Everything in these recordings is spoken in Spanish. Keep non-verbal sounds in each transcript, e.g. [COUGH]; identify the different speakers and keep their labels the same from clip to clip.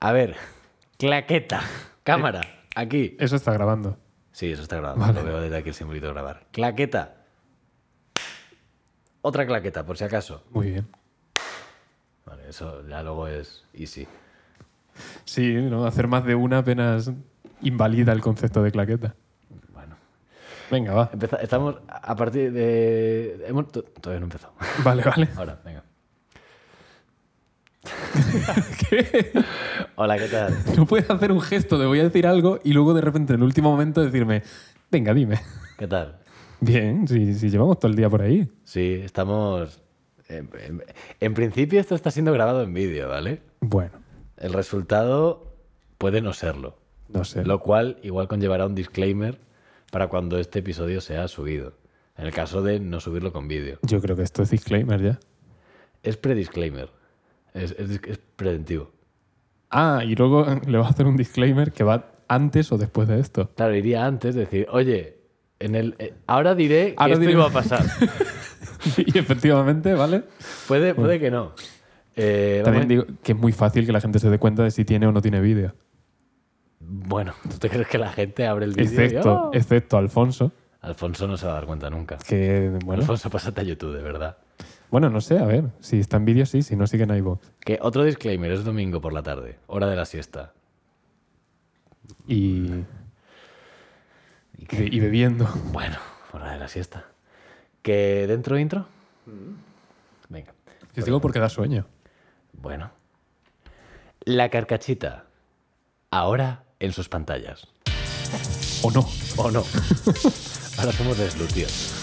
Speaker 1: A ver, claqueta, cámara, aquí.
Speaker 2: Eso está grabando.
Speaker 1: Sí, eso está grabando.
Speaker 2: Vale.
Speaker 1: Lo veo desde aquí el simbolito de grabar. Claqueta. Otra claqueta, por si acaso.
Speaker 2: Muy bien.
Speaker 1: Vale, eso ya luego es easy.
Speaker 2: Sí, ¿no? hacer más de una apenas invalida el concepto de claqueta.
Speaker 1: Bueno.
Speaker 2: Venga, [LAUGHS] va.
Speaker 1: Empeza- estamos a partir de. hemos- to- todavía no empezó.
Speaker 2: Vale, vale.
Speaker 1: Ahora, venga. Hola, ¿qué tal?
Speaker 2: No puedes hacer un gesto de voy a decir algo y luego de repente en el último momento decirme, venga, dime.
Speaker 1: ¿Qué tal?
Speaker 2: [LAUGHS] Bien, si, si llevamos todo el día por ahí.
Speaker 1: Sí, estamos. En, en- en principio, esto está siendo grabado en vídeo, ¿vale?
Speaker 2: Bueno,
Speaker 1: El resultado puede no serlo.
Speaker 2: no sé.
Speaker 1: Lo cual igual conllevará un disclaimer para cuando este episodio sea subido. En el caso de no subirlo con vídeo.
Speaker 2: Yo creo que esto es disclaimer ya.
Speaker 1: Es predisclaimer. Es, es, dis- es preventivo.
Speaker 2: Ah, y luego [LAUGHS] le vas a hacer un disclaimer que va antes o después de esto. [LAUGHS]
Speaker 1: Claro, iría antes decir, oye, en el, eh, ahora diré que
Speaker 2: Ahora
Speaker 1: esto
Speaker 2: diré-
Speaker 1: iba a
Speaker 2: [LAUGHS]
Speaker 1: pasar.
Speaker 2: y efectivamente, ¿vale?
Speaker 1: puede, puede que no. Eh,
Speaker 2: También
Speaker 1: vamos-
Speaker 2: digo que es muy fácil que la gente se dé cuenta de si tiene o no tiene vídeo.
Speaker 1: Bueno, ¿tú te crees que la gente abre el vídeo? y,
Speaker 2: Excepto,
Speaker 1: "Oh"?
Speaker 2: excepto Alfonso,
Speaker 1: Alfonso no se va a dar cuenta nunca.
Speaker 2: que, bueno,
Speaker 1: Alfonso, pásate a YouTube, de verdad.
Speaker 2: bueno, no sé, a ver, si está en vídeo sí, si no sigue en iVoox.
Speaker 1: Que otro disclaimer, es domingo por la tarde, hora de la siesta.
Speaker 2: Y, y, y bebiendo.
Speaker 1: Bueno, hora de la siesta. ¿Que dentro intro?
Speaker 2: Mm.
Speaker 1: Venga.
Speaker 2: [LAUGHS] Yo digo porque da sueño.
Speaker 1: Bueno. La carcachita. Ahora en sus pantallas.
Speaker 2: O no.
Speaker 1: ¿O
Speaker 2: [LAUGHS]
Speaker 1: no? Ahora somos deslutidos.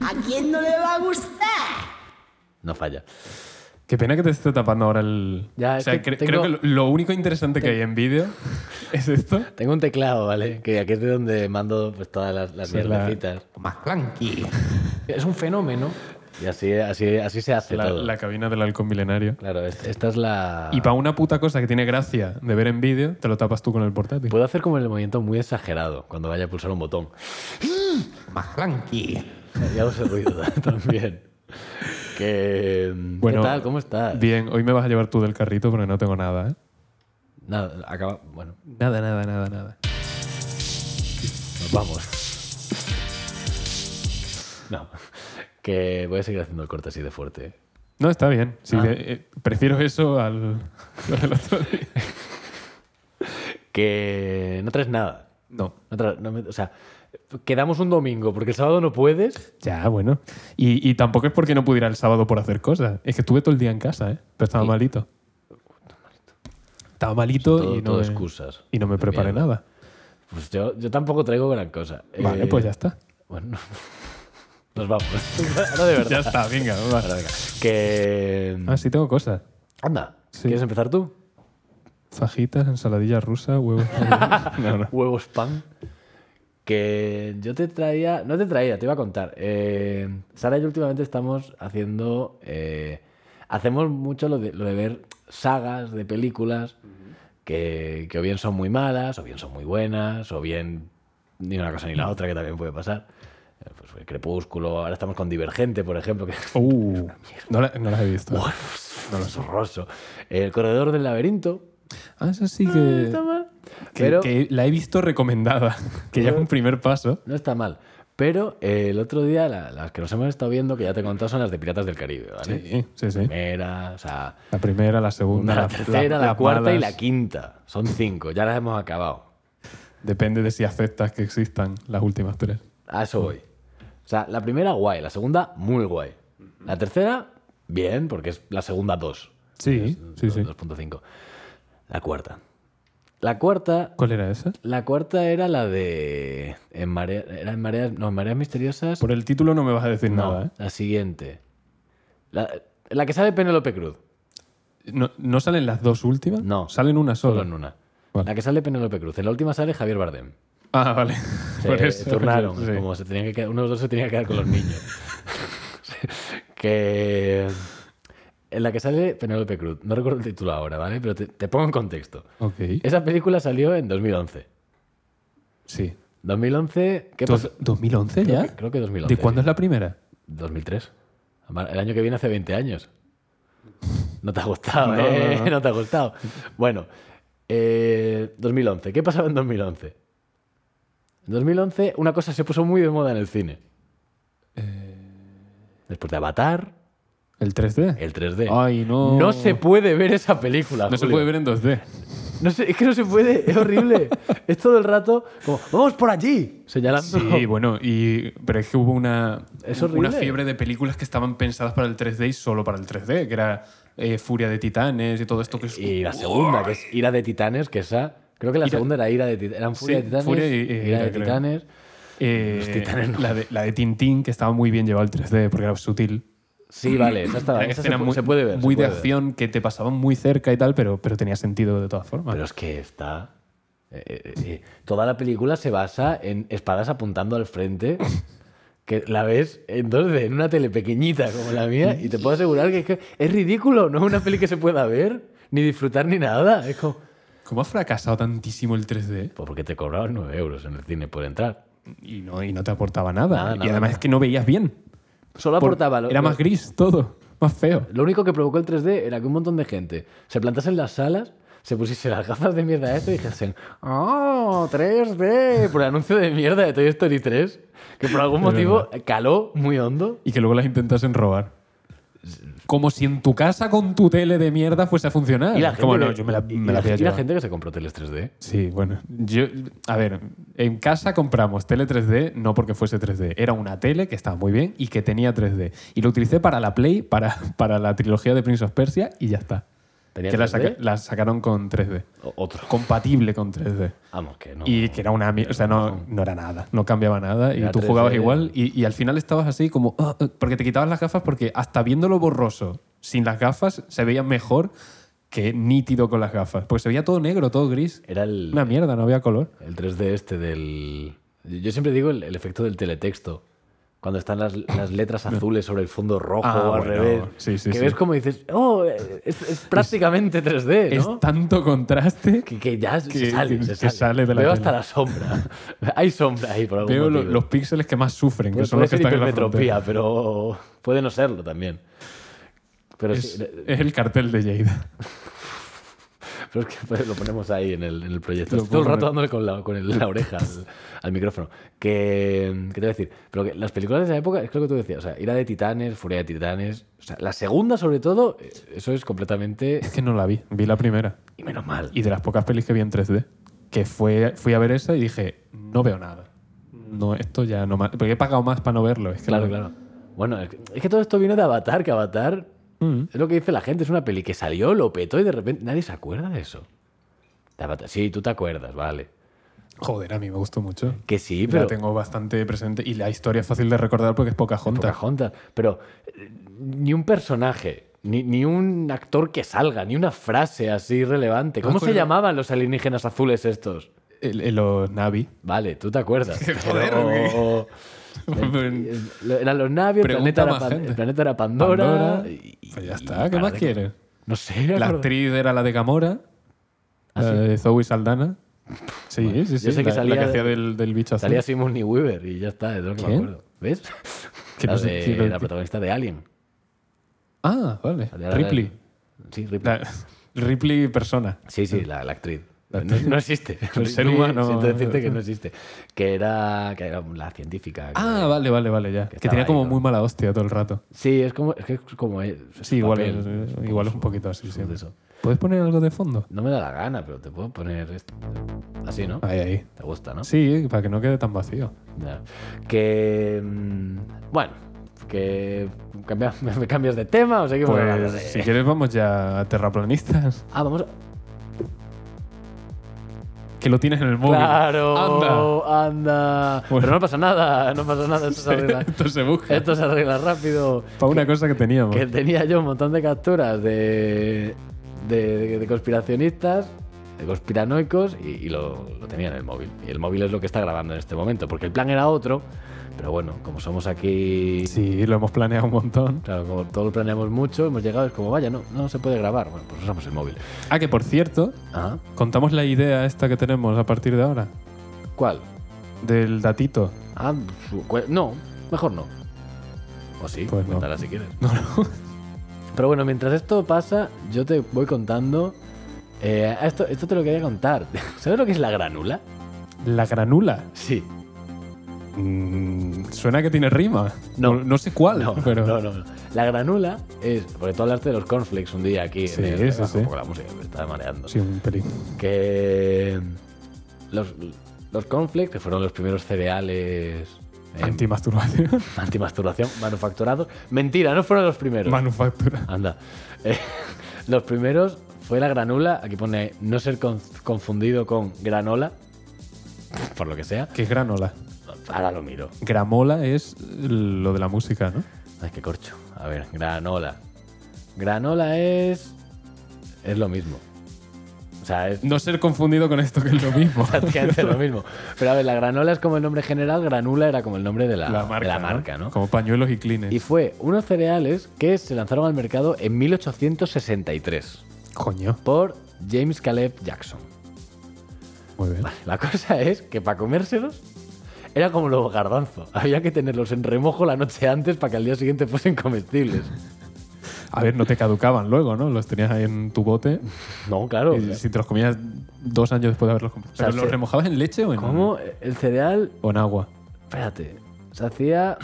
Speaker 3: ¿A quién no le va a gustar?
Speaker 1: No falla.
Speaker 2: Qué pena que te esté tapando ahora el...
Speaker 1: Ya,
Speaker 2: o
Speaker 1: es
Speaker 2: sea,
Speaker 1: que
Speaker 2: cre-
Speaker 1: tengo-
Speaker 2: creo que lo- lo único interesante que hay en vídeo es esto.
Speaker 1: Tengo un teclado, ¿vale? Que aquí es de donde mando pues, todas las, las
Speaker 2: Sí, la-
Speaker 1: mierdecitas. Es un
Speaker 2: [LAUGHS]
Speaker 1: fenómeno. Y así, así, así se hace
Speaker 2: La,
Speaker 1: todo.
Speaker 2: la cabina del halcón milenario.
Speaker 1: Claro, es- esta es la...
Speaker 2: Y para una puta cosa que tiene gracia de ver en vídeo, te lo tapas tú con el portátil.
Speaker 1: Puedo hacer como el movimiento muy exagerado cuando vaya a pulsar un botón. Y hago ese ruido [LAUGHS] también. Que, mm,
Speaker 2: Bueno,
Speaker 1: ¿Qué tal? ¿Cómo estás?
Speaker 2: Bien, hoy me vas a llevar tú del carrito porque no tengo nada, ¿eh?
Speaker 1: Nada, acaba. Bueno,
Speaker 2: Nada, nada, nada, nada.
Speaker 1: nos vamos. No. Que voy a seguir haciendo el corte así de fuerte. ¿eh?
Speaker 2: No, está bien. Sí,
Speaker 1: Ah.
Speaker 2: de- eh, prefiero eso al [LAUGHS] lo del otro día.
Speaker 1: Que no traes nada.
Speaker 2: No.
Speaker 1: No traes- no me- o sea, quedamos un domingo porque el sábado no puedes.
Speaker 2: Ya, bueno. Y, y tampoco es porque no pudiera el sábado por hacer cosas. Es que estuve todo el día en casa, ¿eh? Pero estaba malito. Estaba malito
Speaker 1: Todo,
Speaker 2: y, no
Speaker 1: todo
Speaker 2: me,
Speaker 1: excusas.
Speaker 2: y no me
Speaker 1: de
Speaker 2: preparé
Speaker 1: mierda.
Speaker 2: nada.
Speaker 1: Pues yo, yo tampoco traigo gran cosa.
Speaker 2: Vale,
Speaker 1: Eh,
Speaker 2: pues ya está.
Speaker 1: Bueno, [LAUGHS] nos vamos. [LAUGHS] Ahora de
Speaker 2: Ya
Speaker 1: verdad.
Speaker 2: está, venga, va.
Speaker 1: Ahora, venga. Que.
Speaker 2: Ah, sí tengo cosas.
Speaker 1: Anda,
Speaker 2: Sí.
Speaker 1: ¿quieres empezar tú?
Speaker 2: Fajitas, ensaladilla
Speaker 1: [LAUGHS]
Speaker 2: rusa, huevos. no, no.
Speaker 1: huevos pan que yo te traía, no te traía, te iba a contar. Eh, Sara y yo últimamente estamos haciendo, eh, hacemos mucho lo de, lo de ver sagas de películas que, que o bien son muy malas, o bien son muy buenas, o bien ni una cosa ni la otra, que también puede pasar. Eh, Pues el Crepúsculo, ahora estamos con Divergente, por ejemplo, que
Speaker 2: Uh, no, la- no las he visto.
Speaker 1: [LAUGHS] no es horroroso. El Corredor del Laberinto,
Speaker 2: Ah, eso sí que,
Speaker 1: está mal.
Speaker 2: que- que la he visto recomendada, [LAUGHS] que ya es un primer paso.
Speaker 1: No está mal. Pero eh, el otro día la- las que nos hemos estado viendo, que ya te he contado, son las de Piratas del Caribe, ¿vale?
Speaker 2: Sí, sí, sí.
Speaker 1: Primera, o sea,
Speaker 2: La primera, la segunda,
Speaker 1: una, la, tercera, la,
Speaker 2: las
Speaker 1: cuarta y
Speaker 2: malas.
Speaker 1: la quinta. Son cinco, ya las hemos acabado.
Speaker 2: Depende de si aceptas que existan las últimas tres.
Speaker 1: A eso voy. O sea, la primera guay, la segunda muy guay. La tercera, bien, porque es la segunda dos.
Speaker 2: Sí, sí, sí.
Speaker 1: 2.5. La cuarta. La cuarta,
Speaker 2: ¿Cuál era esa?
Speaker 1: la cuarta era la de... En marea- era en mareas, no, en mareas misteriosas.
Speaker 2: Por el título no me vas a decir
Speaker 1: No,
Speaker 2: nada, ¿eh?
Speaker 1: la siguiente. La, la que sale Penélope Cruz.
Speaker 2: ¿No, no salen las dos últimas?
Speaker 1: No.
Speaker 2: Salen una sola.
Speaker 1: Solo en una.
Speaker 2: Vale.
Speaker 1: La que sale Penélope Cruz. En la última sale Javier Bardem.
Speaker 2: Ah, vale.
Speaker 1: Se
Speaker 2: [LAUGHS] Por eso.
Speaker 1: turnaron.
Speaker 2: Sí.
Speaker 1: [LAUGHS] Como se tenían que quedar- uno de los dos se tenía que quedar con los niños. que en la que sale Penélope Cruz. No recuerdo el título ahora, ¿vale? Pero te, te pongo en contexto.
Speaker 2: Ok.
Speaker 1: Esa película salió en 2011.
Speaker 2: Sí.
Speaker 1: 2011, ¿qué
Speaker 2: Do-
Speaker 1: pasó? Creo
Speaker 2: ¿2011 ya?
Speaker 1: que- creo que 2011,
Speaker 2: ¿De cuándo
Speaker 1: sí.
Speaker 2: es la primera?
Speaker 1: 2003. Amar- El año que viene hace 20
Speaker 2: [LAUGHS]
Speaker 1: años. No te ha gustado,
Speaker 2: No,
Speaker 1: ¿eh? [LAUGHS]
Speaker 2: no,
Speaker 1: No,
Speaker 2: no.
Speaker 1: te ha gustado. Bueno, eh, 2011. ¿Qué pasaba en 2011? En 2011 una cosa se puso muy de moda en el cine.
Speaker 2: Eh.
Speaker 1: Después de Avatar,
Speaker 2: ¿El 3D?
Speaker 1: el 3D.
Speaker 2: Ay, no.
Speaker 1: No se puede ver esa película.
Speaker 2: No se
Speaker 1: Julio.
Speaker 2: puede ver en 2D.
Speaker 1: No se- es que no se puede, es
Speaker 2: [LAUGHS]
Speaker 1: horrible. es todo el rato como, vamos por allí, señalando.
Speaker 2: Sí, bueno, y, pero es que hubo una,
Speaker 1: Es horrible.
Speaker 2: una fiebre de películas que estaban pensadas para el 3D y solo para el 3D, que era eh, Furia de Titanes y todo esto que es...
Speaker 1: Y la segunda, que es Ira de Titanes, que esa. Creo que la
Speaker 2: Ira-
Speaker 1: segunda era Ira de Titanes. Eran Furia
Speaker 2: Sí,
Speaker 1: de Titanes.
Speaker 2: Furia y- y
Speaker 1: Ira de
Speaker 2: Ira, creo.
Speaker 1: Titanes.
Speaker 2: Eh,
Speaker 1: Los Titanes no.
Speaker 2: la, de, la de Tintín, que estaba muy bien llevado el 3D porque era sutil.
Speaker 1: Sí, vale, esa estaba.
Speaker 2: Eran
Speaker 1: esa se,
Speaker 2: escenas
Speaker 1: pu-
Speaker 2: muy,
Speaker 1: se puede ver. se
Speaker 2: muy de
Speaker 1: puede ver.
Speaker 2: acción que te pasaban muy cerca y tal, pero, pero tenía sentido de todas formas.
Speaker 1: Pero es que está. eh, eh, eh, toda la película se basa en espadas apuntando al frente. Que la ves en 2D, en una tele pequeñita como la mía, y te puedo asegurar que es, que es ridículo, no es una peli que se pueda ver, ni disfrutar, ni nada. Es como,
Speaker 2: ¿Cómo ha fracasado tantísimo el 3D?
Speaker 1: pues porque te cobraban 9 euros en el cine por entrar.
Speaker 2: Y no, y no te aportaba nada.
Speaker 1: Nada, nada,
Speaker 2: y además
Speaker 1: nada.
Speaker 2: es que no veías bien.
Speaker 1: Solo
Speaker 2: Por-
Speaker 1: aportaba. lo-
Speaker 2: era
Speaker 1: lo-
Speaker 2: más gris todo, más feo.
Speaker 1: Lo único que provocó el 3D era que un montón de gente se plantase en las salas, se pusiese las gafas de mierda esto y dijesen, ¡Oh, 3D! Por el anuncio de mierda de Toy Story 3, que por algún
Speaker 2: Es
Speaker 1: motivo caló muy hondo.
Speaker 2: Y que luego las intentasen robar. Como si en tu casa con tu tele de mierda fuese a funcionar.
Speaker 1: Y la gente,
Speaker 2: Como Ah, no,
Speaker 1: que-
Speaker 2: yo me la,
Speaker 1: y-
Speaker 2: me
Speaker 1: y
Speaker 2: la
Speaker 1: la
Speaker 2: voy
Speaker 1: gen- y
Speaker 2: a
Speaker 1: la
Speaker 2: llevar.
Speaker 1: gente que se compró teles 3D.
Speaker 2: Sí, bueno. Yo, a ver, en casa compramos tele 3D no porque fuese 3D. Era una tele que estaba muy bien y que tenía 3D. Y lo utilicé para la Play, para, para la trilogía de Prince of Persia y ya está.
Speaker 1: ¿Tenía
Speaker 2: que la,
Speaker 1: 3D?
Speaker 2: saca- la sacaron con 3D.
Speaker 1: O- Otro.
Speaker 2: Compatible con 3D.
Speaker 1: Vamos, que no.
Speaker 2: Y que era una. mi- O sea, no, no era nada, no cambiaba nada. Y
Speaker 1: Era
Speaker 2: tú
Speaker 1: 3D.
Speaker 2: jugabas igual y, y al final estabas así como. "Ah, ah", porque te quitabas las gafas porque hasta viéndolo borroso, sin las gafas, se veía mejor que nítido con las gafas. Porque se veía todo negro, todo gris.
Speaker 1: Era el,
Speaker 2: Una mierda, no había color.
Speaker 1: el 3D este del... Yo yo siempre digo el, el efecto del teletexto. Cuando están las, las
Speaker 2: [LAUGHS]
Speaker 1: letras azules sobre el fondo rojo
Speaker 2: Ah,
Speaker 1: al
Speaker 2: bueno,
Speaker 1: revés.
Speaker 2: sí, sí,
Speaker 1: que
Speaker 2: sí.
Speaker 1: ves como dices, oh, es, es prácticamente 3D, ¿no?
Speaker 2: Es tanto contraste
Speaker 1: [LAUGHS] Que,
Speaker 2: que
Speaker 1: que ya
Speaker 2: Que-
Speaker 1: se sale,
Speaker 2: que
Speaker 1: se sale.
Speaker 2: sale de la
Speaker 1: Veo
Speaker 2: tele.
Speaker 1: hasta la sombra. [LAUGHS] Hay sombra ahí por algún
Speaker 2: veo lo-
Speaker 1: motivo.
Speaker 2: los píxeles que más sufren, que
Speaker 1: puede,
Speaker 2: son
Speaker 1: puede
Speaker 2: los que
Speaker 1: ser
Speaker 2: están en la
Speaker 1: hipermetropía,
Speaker 2: frontera.
Speaker 1: pero puede no serlo también. Pero,
Speaker 2: Es,
Speaker 1: sí, pero
Speaker 2: es el cartel de Jada.
Speaker 1: es, que [LAUGHS] pues, lo ponemos ahí en el, en el proyecto.
Speaker 2: Lo
Speaker 1: Todo el
Speaker 2: pongo en
Speaker 1: rato
Speaker 2: el-
Speaker 1: dándole con la, con el- la oreja al, al micrófono. Que, ¿Qué te voy a decir? Pero que las películas de esa época, es que lo que tú decías, o sea, Ira de Titanes, Furia de Titanes. O sea, la segunda, sobre todo, eh, eso es completamente.
Speaker 2: Es que no la vi, vi la primera.
Speaker 1: Y menos mal.
Speaker 2: y de las pocas pelis que vi en 3D, que fue, fui a ver esa y dije, no veo nada. No, esto ya no me... Porque he pagado más para no verlo. Es que
Speaker 1: Claro,
Speaker 2: no-
Speaker 1: claro. Bueno, es que, es que todo esto vino de Avatar, que Avatar
Speaker 2: Mm.
Speaker 1: es lo que dice la gente, es una peli que salió, lo petó y de repente nadie se acuerda de eso. De Avatar. Sí, tú te acuerdas, vale.
Speaker 2: Joder, a mí me gustó mucho.
Speaker 1: Que sí,
Speaker 2: la
Speaker 1: pero...
Speaker 2: tengo bastante presente y la historia es fácil de recordar porque es poca junta.
Speaker 1: Pocahontas. Pero eh, ni un personaje, ni, ni un actor que salga, ni una frase así relevante.
Speaker 2: No
Speaker 1: ¿Cómo se
Speaker 2: acuerdo.
Speaker 1: llamaban los alienígenas azules estos?
Speaker 2: los [LAUGHS] Navi.
Speaker 1: Vale, tú te acuerdas.
Speaker 2: Joder,
Speaker 1: Pero-
Speaker 2: [LAUGHS] ¿qué? [LAUGHS]
Speaker 1: o- eh, Eran los navios, el
Speaker 2: Pregunta
Speaker 1: planeta, era
Speaker 2: más
Speaker 1: Pan-
Speaker 2: gente.
Speaker 1: el planeta era Pandora.
Speaker 2: Pandora.
Speaker 1: y- y-
Speaker 2: Pues ya
Speaker 1: y
Speaker 2: está, ¿qué
Speaker 1: para
Speaker 2: más
Speaker 1: de-
Speaker 2: quieres?
Speaker 1: No sé,
Speaker 2: La
Speaker 1: acuerdo. Ah,
Speaker 2: actriz era la de Gamora, la de Zoe Saldana. Sí, sí, sí.
Speaker 1: yo sé que
Speaker 2: la, la
Speaker 1: salía-
Speaker 2: que hacía del, del bicho azul.
Speaker 1: Salía Sigourney Weaver y ya está, es de lo que me
Speaker 2: ¿Quién?
Speaker 1: acuerdo. ¿Ves?
Speaker 2: Que
Speaker 1: la,
Speaker 2: no sé
Speaker 1: de-
Speaker 2: quién lo-
Speaker 1: la protagonista de Alien.
Speaker 2: Ah, vale.
Speaker 1: Salía la-
Speaker 2: Ripley.
Speaker 1: Sí, Ripley.
Speaker 2: La- [LAUGHS] Ripley persona.
Speaker 1: Sí, sí, la, la actriz. No, no
Speaker 2: [LAUGHS]
Speaker 1: existe.
Speaker 2: El ser
Speaker 1: Ripley,
Speaker 2: humano.
Speaker 1: Siento decirte que no existe. Que era, que era la científica. que-
Speaker 2: Ah, vale, vale, vale, ya. Que,
Speaker 1: estaba
Speaker 2: tenía
Speaker 1: ahí,
Speaker 2: como
Speaker 1: ¿no?
Speaker 2: muy mala hostia todo el rato.
Speaker 1: Sí, es como. Es que es como es
Speaker 2: Sí,
Speaker 1: su
Speaker 2: igual,
Speaker 1: papel,
Speaker 2: es,
Speaker 1: un poco
Speaker 2: igual es
Speaker 1: su-
Speaker 2: un poquito así.
Speaker 1: su
Speaker 2: sí.
Speaker 1: de eso.
Speaker 2: ¿Puedes poner algo de fondo?
Speaker 1: No me da la gana, pero te puedo poner esto. Así, ¿no?
Speaker 2: Ahí, ahí.
Speaker 1: Te gusta, ¿no?
Speaker 2: Ah. Sí, para que no quede tan vacío.
Speaker 1: Ya. Que. mm, Bueno, que. cambia- [LAUGHS] ¿Me cambias de tema o seguimos hablando
Speaker 2: Pues
Speaker 1: de-
Speaker 2: si quieres vamos ya a terraplanistas. [LAUGHS]
Speaker 1: Ah, vamos. a-
Speaker 2: Que lo tienes en el
Speaker 1: [LAUGHS]
Speaker 2: móvil. Anda.
Speaker 1: Claro, anda.
Speaker 2: Bueno.
Speaker 1: Pero no pasa nada, no pasa nada. Esto
Speaker 2: [LAUGHS]
Speaker 1: se arregla,
Speaker 2: Esto se busca.
Speaker 1: esto se arregla rápido.
Speaker 2: Para una cosa que teníamos.
Speaker 1: Que tenía yo un montón de capturas de, de, de conspiracionistas, de conspiranoicos, y, y lo, lo tenía en el móvil. Y el móvil es lo que está grabando en este momento, porque el plan era otro, Pero bueno, como somos aquí.
Speaker 2: Sí, lo hemos planeado un montón.
Speaker 1: Claro, como todo lo planeamos mucho, hemos llegado, es como, vaya, no, no se puede grabar. Bueno, pues usamos el móvil.
Speaker 2: Ah, que por cierto,
Speaker 1: Ah,
Speaker 2: contamos la idea esta que tenemos a partir de ahora,
Speaker 1: ¿Cuál?
Speaker 2: del datito.
Speaker 1: Ah, su- cu- no, mejor no. O sí,
Speaker 2: Pues no.
Speaker 1: cuéntala si quieres.
Speaker 2: No, no.
Speaker 1: [LAUGHS] Pero bueno, mientras esto pasa, yo te voy contando. eh, esto, esto te lo quería contar. [LAUGHS] ¿Sabes lo que es la granula?
Speaker 2: La granula.
Speaker 1: Sí.
Speaker 2: Mm, suena que tiene rima.
Speaker 1: No.
Speaker 2: no sé cuál,
Speaker 1: No,
Speaker 2: pero
Speaker 1: no, no, no. La granula es. Porque tú hablaste de los cornflakes un día aquí.
Speaker 2: Sí,
Speaker 1: en el,
Speaker 2: sí,
Speaker 1: bajo
Speaker 2: sí.
Speaker 1: un poco la música, me estaba mareando.
Speaker 2: sí, un pelín.
Speaker 1: Que. Los, los cornflakes, que fueron los primeros cereales. eh,
Speaker 2: Antimasturbación.
Speaker 1: antimasturbación, manufacturados. Mentira, no fueron los primeros.
Speaker 2: [LAUGHS] Manufactura.
Speaker 1: Anda. Eh, los primeros fue la granula. Aquí pone no ser con- confundido con granola. Por lo que sea.
Speaker 2: ¿Qué es granola?
Speaker 1: Ahora lo miro.
Speaker 2: Gramola es lo de la música, ¿no?
Speaker 1: Ay, qué corcho. A ver, granola. Granola es. Es lo mismo. O sea, es
Speaker 2: No ser confundido con esto que es
Speaker 1: [LAUGHS]
Speaker 2: lo mismo.
Speaker 1: prácticamente lo mismo. Pero a ver, la granola es como el nombre general, granula era como el nombre de la,
Speaker 2: la
Speaker 1: de
Speaker 2: marca,
Speaker 1: la
Speaker 2: ¿no?
Speaker 1: marca, ¿no?
Speaker 2: Como pañuelos y clines.
Speaker 1: Y fue unos cereales que se lanzaron al mercado en 1863
Speaker 2: Coño,
Speaker 1: por James Caleb Jackson.
Speaker 2: muy bien.
Speaker 1: La cosa es que para comérselos era como los garbanzos. Había que tenerlos en remojo la noche antes para que al día siguiente fuesen
Speaker 2: [LAUGHS]
Speaker 1: comestibles.
Speaker 2: A ver, no te caducaban luego, ¿no? Los tenías ahí en tu bote
Speaker 1: No, claro.
Speaker 2: y si te los comías dos años después de haberlos comprado.
Speaker 1: sea,
Speaker 2: ¿Pero los
Speaker 1: se-
Speaker 2: remojabas en leche o en,
Speaker 1: Como el cereal
Speaker 2: o en agua?
Speaker 1: Espérate. Se
Speaker 2: [COUGHS]
Speaker 1: hacía.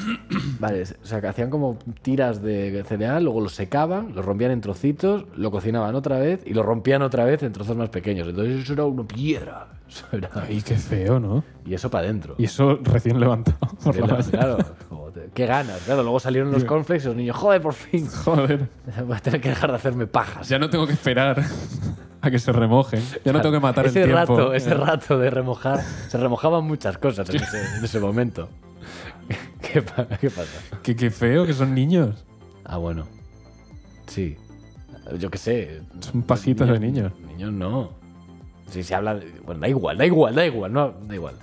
Speaker 1: Vale, se- o sea, que hacían como tiras de cereal, luego lo secaban, lo rompían en trocitos, lo cocinaban otra vez y lo rompían otra vez en trozos más pequeños. Entonces eso era una piedra. [LAUGHS] Eso era-
Speaker 2: Ay, qué feo, ¿no?
Speaker 1: Y eso para adentro.
Speaker 2: Y eso recién levantado [LAUGHS] por la
Speaker 1: Claro,
Speaker 2: mañana.
Speaker 1: claro. Joder, Qué ganas. Claro, luego salieron los cornflakes y los niños, joder, por fin.
Speaker 2: Joder,
Speaker 1: [LAUGHS] Voy a tener que dejar de hacerme pajas.
Speaker 2: ya no tengo que esperar a que se remojen. Ya no tengo que matar
Speaker 1: ese
Speaker 2: el tiempo.
Speaker 1: rato, ese rato de remojar, se remojaban muchas cosas en ese, en ese momento.
Speaker 2: [LAUGHS]
Speaker 1: ¿Qué, pa- ¿Qué pasa?
Speaker 2: Qué, qué feo que son niños.
Speaker 1: Ah, bueno. Sí. Yo qué sé.
Speaker 2: Son pajitas de niños.
Speaker 1: Niños no. Si se habla. de- Bueno, da igual, da igual, da igual, no, da igual.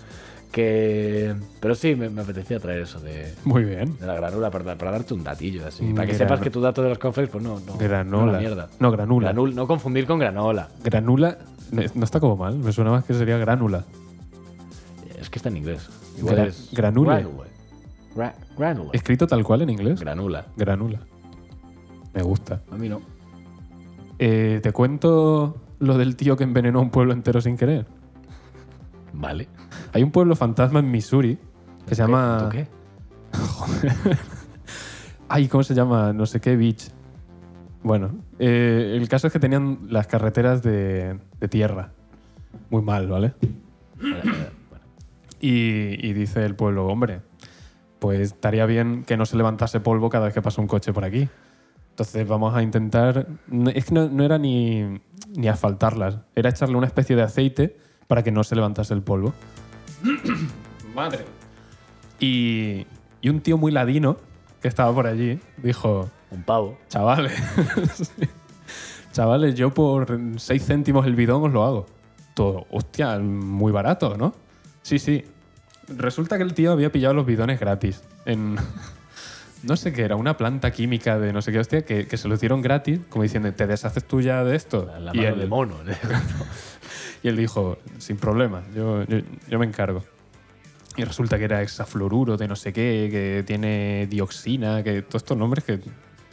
Speaker 1: Que. Pero sí, me, me apetecía traer eso de,
Speaker 2: Muy bien.
Speaker 1: de la granula para, para darte un datillo así.
Speaker 2: Mm,
Speaker 1: Para que
Speaker 2: granu-
Speaker 1: sepas que tu dato de los conflictos, pues no. no No, la
Speaker 2: Granola.
Speaker 1: mierda.
Speaker 2: No, granula.
Speaker 1: Granul- no confundir con granola.
Speaker 2: Granula. No no está como mal. Me suena más que sería gránula.
Speaker 1: Es que está en inglés. Igual
Speaker 2: Gra-
Speaker 1: es.
Speaker 2: granule.
Speaker 1: Granule. Gra- granule.
Speaker 2: Escrito tal cual en inglés.
Speaker 1: Granula.
Speaker 2: Granula. Me gusta.
Speaker 1: A mí no.
Speaker 2: Eh, Te cuento lo del tío que envenenó a un pueblo entero sin querer.
Speaker 1: Vale.
Speaker 2: Hay un pueblo fantasma en Missouri que se llama.
Speaker 1: ¿Tú qué?
Speaker 2: [CLEARS THROAT] Ay, ¿cómo se llama? No sé qué beach. Bueno, eh, el caso es que tenían las carreteras de, de tierra. Muy mal, ¿vale? Y, y dice el pueblo, hombre, pues estaría bien que no se levantase polvo cada vez que pasa un coche por aquí. Entonces vamos a intentar... no- Es que no, no era ni, ni asfaltarlas, era echarle una especie de aceite para que no se levantase el polvo. Madre. Y, y un tío muy ladino que estaba por allí dijo,
Speaker 1: Un pavo.
Speaker 2: chavales, [LAUGHS] sí, chavales, yo por 6 céntimos el bidón os lo hago. Todo, hostia, muy barato, ¿no? Sí, sí. Resulta que el tío había pillado los bidones gratis en... [LAUGHS] No sé qué, era una planta química de no sé qué hostia que, que se los dieron gratis, como diciendo, te deshaces tú ya de esto.
Speaker 1: La, la
Speaker 2: Y
Speaker 1: mano
Speaker 2: el-
Speaker 1: de
Speaker 2: [LAUGHS]
Speaker 1: mono.
Speaker 2: y él dijo, sin problema, yo, yo, yo me encargo. Y resulta que era hexafluoruro de no sé qué, que tiene dioxina, que todos estos nombres que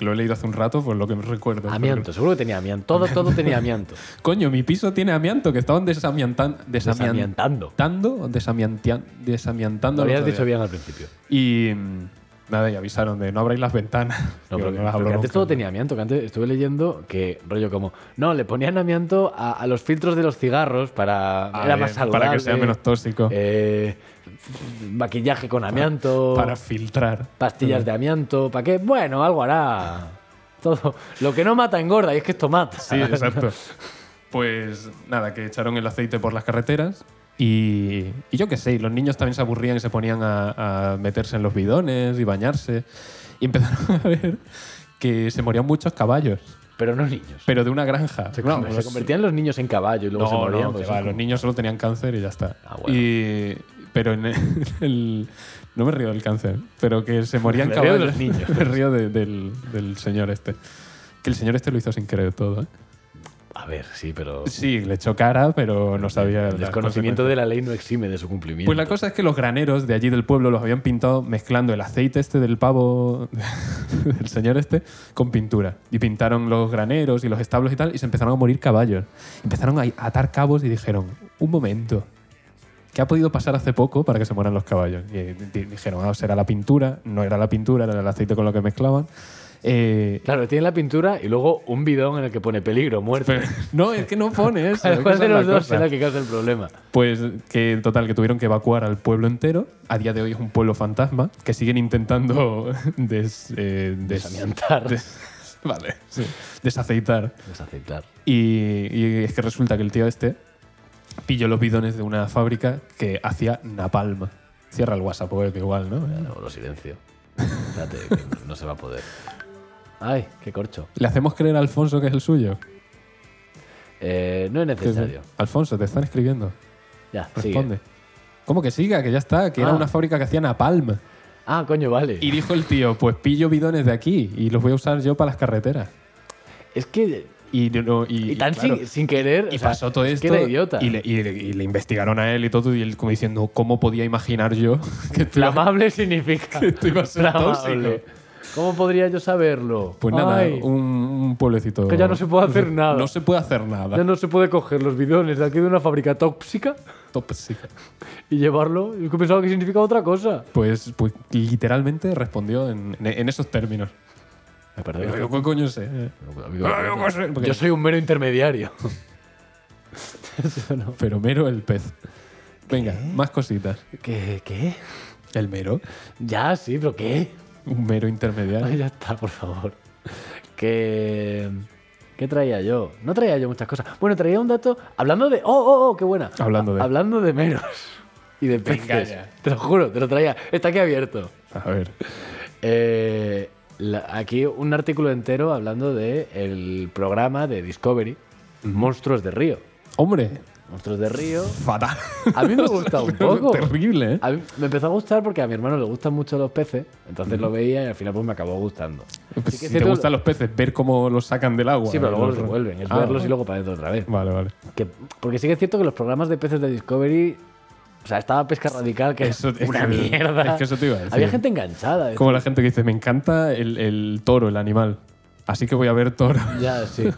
Speaker 2: lo he leído hace un rato, por lo que me
Speaker 1: [LAUGHS]
Speaker 2: recuerdo.
Speaker 1: Amianto, seguro que tenía amianto. Todo, todo tenía
Speaker 2: [LAUGHS]
Speaker 1: amianto.
Speaker 2: Coño, mi piso tiene amianto, que estaban desamiantan, desamiantando.
Speaker 1: Desamiantando.
Speaker 2: o desamiantian- Desamiantando.
Speaker 1: Lo
Speaker 2: el
Speaker 1: habías dicho
Speaker 2: otro día.
Speaker 1: bien al principio.
Speaker 2: Y mm, nada, y avisaron de no abráis las ventanas.
Speaker 1: No, pero,
Speaker 2: Digo, las
Speaker 1: pero
Speaker 2: abro
Speaker 1: que antes
Speaker 2: nunca".
Speaker 1: todo tenía amianto, que antes estuve leyendo que rollo como, no, le ponían amianto a, a los filtros de los cigarros para
Speaker 2: Ah,
Speaker 1: era
Speaker 2: bien,
Speaker 1: más saludable.
Speaker 2: Para que sea menos tóxico.
Speaker 1: eh, f- maquillaje con amianto,
Speaker 2: para filtrar.
Speaker 1: pastillas de amianto, ¿para qué? Bueno, algo hará. Todo. Lo que no mata engorda, y es que esto mata.
Speaker 2: [LAUGHS] Sí, exacto. Pues nada, que echaron el aceite por las carreteras y, y yo qué sé, y los niños también se aburrían y se ponían a, a meterse en los bidones y bañarse y empezaron [LAUGHS] a ver que se morían muchos caballos,
Speaker 1: [LAUGHS] Pero no niños.
Speaker 2: pero de una granja.
Speaker 1: se,
Speaker 2: No,
Speaker 1: conver- se
Speaker 2: los-
Speaker 1: convertían los niños en caballo y luego
Speaker 2: no,
Speaker 1: se morían. pues
Speaker 2: no,
Speaker 1: porque
Speaker 2: que va,
Speaker 1: son
Speaker 2: los
Speaker 1: como-
Speaker 2: niños solo tenían cáncer y ya está.
Speaker 1: Ah, bueno.
Speaker 2: Y pero en el, [LAUGHS] el- no me río del cáncer, pero que se morían
Speaker 1: Me río de
Speaker 2: caballos. [LAUGHS]
Speaker 1: los niños.
Speaker 2: me río de- del, del señor este. Que el señor este lo hizo sin querer todo. ¿eh?
Speaker 1: A ver, sí, pero.
Speaker 2: Pues Sí, le echó cara, pero no sabía.
Speaker 1: El
Speaker 2: las
Speaker 1: desconocimiento de la ley no exime de su cumplimiento.
Speaker 2: Pues la cosa es que los graneros de allí del pueblo los habían pintado mezclando el aceite este del pavo [LAUGHS] del señor este con pintura. Y pintaron los graneros y los establos y tal y se empezaron a morir caballos. Empezaron a atar cabos y dijeron, un momento, ¿qué ha podido pasar hace poco para que se mueran los caballos? Y di- dijeron, ah, será la pintura, no era la pintura, era el aceite con lo que mezclaban. Eh, [LAUGHS]
Speaker 1: Claro, tiene la pintura y luego un bidón en el que pone peligro, muerte. [LAUGHS]
Speaker 2: [LAUGHS] pero- no, es que no pone eso. es que
Speaker 1: ¿Cuál
Speaker 2: esa
Speaker 1: de
Speaker 2: es
Speaker 1: los
Speaker 2: la
Speaker 1: dos
Speaker 2: cosa.
Speaker 1: será el que causa el problema?
Speaker 2: Pues que en total que tuvieron que evacuar al pueblo entero. A día de hoy es un pueblo fantasma que siguen intentando [LAUGHS] des, eh, des-
Speaker 1: Desamiantar.
Speaker 2: des- vale, sí, desaceitar.
Speaker 1: Desaceitar.
Speaker 2: Y, y es que resulta que el tío este pilló los bidones de una fábrica que hacía napalm. Cierra el WhatsApp, web igual, ¿no?
Speaker 1: No, lo
Speaker 2: [LAUGHS]
Speaker 1: silencio. Espérate, que no se va a poder. Ay, qué corcho.
Speaker 2: ¿Le hacemos creer a Alfonso que es el suyo?
Speaker 1: Eh, no es necesario.
Speaker 2: Alfonso, te están escribiendo.
Speaker 1: Ya, sigue.
Speaker 2: Responde. ¿Cómo que siga? Que ya está, que era
Speaker 1: Ah.
Speaker 2: una fábrica que hacía napalm.
Speaker 1: Ah, coño, vale.
Speaker 2: Y dijo el tío, pues pillo bidones de aquí y los voy a usar yo para las carreteras.
Speaker 1: Es que.
Speaker 2: Y, no- y-
Speaker 1: Y tan
Speaker 2: y claro,
Speaker 1: sin, sin querer.
Speaker 2: y
Speaker 1: o sea,
Speaker 2: pasó todo
Speaker 1: es
Speaker 2: esto.
Speaker 1: Que era idiota.
Speaker 2: Y le, y le- y le investigaron a él y todo, y él como diciendo, ¿cómo podía imaginar yo [LAUGHS] que esto iba-
Speaker 1: Flamable [LAUGHS] significa.
Speaker 2: que [LAUGHS] esto iba a ser
Speaker 1: Flamable.
Speaker 2: tóxico?
Speaker 1: ¿Cómo podría yo saberlo?
Speaker 2: Pues nada,
Speaker 1: Ay,
Speaker 2: un, un pueblecito.
Speaker 1: Que ya no se puede
Speaker 2: [LAUGHS]
Speaker 1: hacer nada.
Speaker 2: No se puede hacer nada.
Speaker 1: Ya no se puede coger los bidones de aquí de una fábrica tóxica
Speaker 2: Tóxica.
Speaker 1: y llevarlo. Yo que pensaba que significaba otra cosa.
Speaker 2: Pues, pues literalmente respondió en, en- en esos términos.
Speaker 1: Me Eh.
Speaker 2: Pero yo, ¿Qué coño sé?
Speaker 1: Yo soy un mero
Speaker 2: [LAUGHS]
Speaker 1: intermediario. [LAUGHS] Eso no.
Speaker 2: Pero mero el pez. Venga, más cositas.
Speaker 1: ¿Qué? ¿Qué?
Speaker 2: El mero,
Speaker 1: Ya, sí, pero ¿qué?
Speaker 2: un mero intermediario.
Speaker 1: Ay, ya está, por favor. Que. ¿Qué traía yo? No traía yo muchas cosas. Bueno, traía un dato hablando de. ¡Oh, oh, oh! ¡Qué buena!
Speaker 2: Hablando de-
Speaker 1: Hablando de meros. Y de peces.
Speaker 2: ya.
Speaker 1: Te lo juro, te lo traía. Está aquí abierto.
Speaker 2: A ver.
Speaker 1: Eh, la- aquí un artículo entero hablando de el programa de Discovery, Monstruos de Río.
Speaker 2: Hombre,
Speaker 1: Monstruos de Río.
Speaker 2: [LAUGHS] fatal.
Speaker 1: A mí me gusta un poco.
Speaker 2: Terrible, ¿eh?
Speaker 1: A mí- me empezó a gustar porque a mi hermano le gustan mucho los peces, entonces lo veía y al final pues me acabó gustando.
Speaker 2: Pues
Speaker 1: Sí que
Speaker 2: si
Speaker 1: es
Speaker 2: te
Speaker 1: cierto-
Speaker 2: gustan los peces, ver cómo los sacan del agua.
Speaker 1: Sí, pero luego los
Speaker 2: Los-
Speaker 1: devuelven, es
Speaker 2: Ah,
Speaker 1: verlos y luego para adentro otra vez.
Speaker 2: Vale, vale.
Speaker 1: Que- porque sí que es cierto que los programas de peces de Discovery, o sea, estaba pesca radical que
Speaker 2: Eso-
Speaker 1: es
Speaker 2: es
Speaker 1: una
Speaker 2: que-
Speaker 1: mierda.
Speaker 2: es que eso te iba a decir.
Speaker 1: Había gente enganchada.
Speaker 2: Como la gente que dice, me encanta el, el toro, el animal. Así que voy a ver toro. [LAUGHS]
Speaker 1: Ya, sí.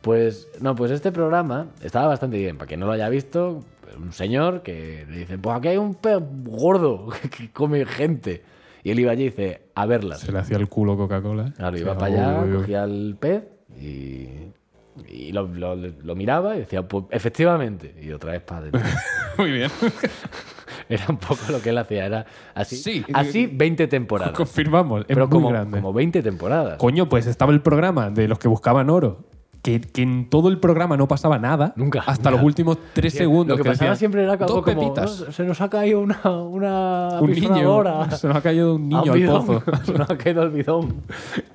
Speaker 1: Pues, no, pues este programa estaba bastante bien. Para quien no lo haya visto, pues, un señor que le dice, pues aquí hay un pez gordo [LAUGHS] que come gente. Y él iba allí y dice, a verlas.
Speaker 2: Se le hacía el culo Coca-Cola. ¿eh?
Speaker 1: Claro,
Speaker 2: Sí,
Speaker 1: iba para
Speaker 2: uy,
Speaker 1: allá,
Speaker 2: uy, uy.
Speaker 1: cogía el pez y, y lo, lo- lo miraba y decía, pues efectivamente. Y otra vez para adentro.
Speaker 2: [LAUGHS] Muy bien.
Speaker 1: [LAUGHS] era un poco lo que él hacía, era así.
Speaker 2: Sí.
Speaker 1: así 20 temporadas.
Speaker 2: Confirmamos. Es
Speaker 1: Pero
Speaker 2: muy
Speaker 1: como,
Speaker 2: grande.
Speaker 1: como 20 temporadas.
Speaker 2: Coño, pues estaba el programa de los que buscaban oro. Que, que en todo el programa no pasaba nada.
Speaker 1: Nunca, nunca.
Speaker 2: Hasta los últimos tres
Speaker 1: Sí,
Speaker 2: segundos.
Speaker 1: Lo que, pasaba
Speaker 2: decían,
Speaker 1: siempre era algo como,
Speaker 2: "Dos pepitas".
Speaker 1: "No, se nos ha caído una, una
Speaker 2: un niño. [LAUGHS]
Speaker 1: apisonadora". [LAUGHS]
Speaker 2: Se nos ha caído un
Speaker 1: A un
Speaker 2: niño al
Speaker 1: bidón. [LAUGHS]
Speaker 2: pozo.
Speaker 1: Se nos ha caído el bidón.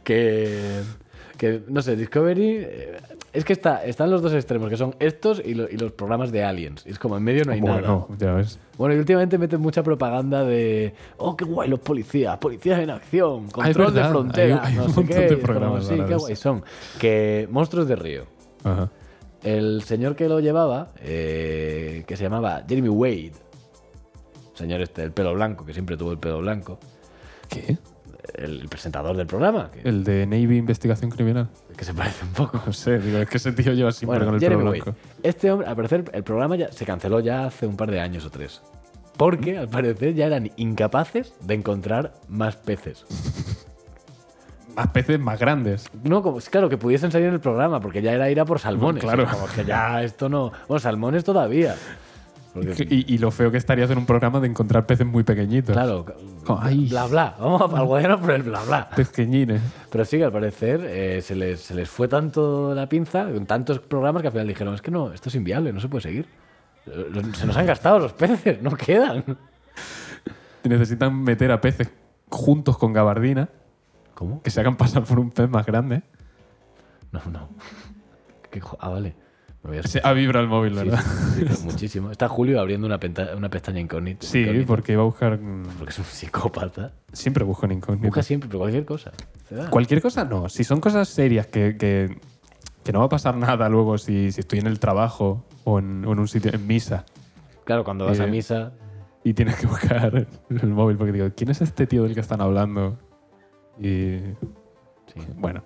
Speaker 1: Que, que, no sé, Discovery... eh, Es que está, están los dos extremos, que son estos y, lo- y los programas de aliens. Y es como en medio no hay nada.
Speaker 2: Bueno, ya ves.
Speaker 1: Bueno, y últimamente meten mucha propaganda de, oh, qué guay los policías, policías en acción, control de
Speaker 2: verdad,
Speaker 1: fronteras,
Speaker 2: hay- hay
Speaker 1: no
Speaker 2: un
Speaker 1: sé
Speaker 2: montón
Speaker 1: qué,
Speaker 2: de
Speaker 1: y es como,
Speaker 2: programas
Speaker 1: sí,
Speaker 2: raros.
Speaker 1: qué guay son. Que Monstruos de Río.
Speaker 2: Ajá.
Speaker 1: El señor que lo llevaba, eh, que se llamaba Jeremy Wade, señor este, el pelo blanco, que siempre tuvo el pelo blanco,
Speaker 2: ¿Qué?
Speaker 1: el, el presentador del programa, que,
Speaker 2: El de Navy Investigación Criminal. [LAUGHS]
Speaker 1: que se parece un poco.
Speaker 2: No sé, digo, es que ese tío lleva [LAUGHS] siempre
Speaker 1: Bueno,
Speaker 2: con el
Speaker 1: Jeremy
Speaker 2: pelo
Speaker 1: Wade.
Speaker 2: blanco.
Speaker 1: Este hombre, al parecer, el programa ya se canceló ya hace un par de años o tres. Porque, al parecer, ya eran incapaces de encontrar más peces.
Speaker 2: Más peces más grandes.
Speaker 1: No, como, claro, que pudiesen salir en el programa, porque ya era ir a por salmones.
Speaker 2: Bueno, claro.
Speaker 1: Como que ya esto no. Bueno, salmones todavía. Porque,
Speaker 2: Y, y lo feo que estaría hacer un programa de encontrar peces muy pequeñitos.
Speaker 1: claro.
Speaker 2: Oh, Ay.
Speaker 1: Bla bla. Vamos a- al Guadiana por el bla bla.
Speaker 2: Pezqueñines.
Speaker 1: Pero sí que al parecer eh, se, les, se les fue tanto la pinza con tantos programas que al final dijeron: es que no, esto es inviable, no se puede seguir. Eh, los- Se nos han gastado los peces, no quedan.
Speaker 2: Necesitan meter a peces juntos con gabardina,
Speaker 1: ¿Cómo?
Speaker 2: que se hagan pasar por un pez más grande.
Speaker 1: No, no. ¿Qué co- ah, vale. Lo voy a
Speaker 2: Se- ah, vibra el móvil,
Speaker 1: Sí,
Speaker 2: ¿verdad?
Speaker 1: sí, sí, sí, muchísimo. Está Julio abriendo una, penta- una pestaña incógnita.
Speaker 2: Sí,
Speaker 1: incógnita,
Speaker 2: porque iba a buscar. mm,
Speaker 1: porque es un psicópata.
Speaker 2: Siempre busco en incógnito.
Speaker 1: Busca siempre pero cualquier cosa. Se da.
Speaker 2: Ah. Cualquier cosa no. Si son cosas serias que, que- que no va a pasar nada luego si, si estoy en el trabajo o en, o en un sitio, en misa,
Speaker 1: Claro, cuando vas a
Speaker 2: Eh,
Speaker 1: misa,
Speaker 2: y tienes que [LAUGHS] buscar el móvil porque digo, ¿quién es este tío del que están hablando? Y
Speaker 1: sí.
Speaker 2: bueno.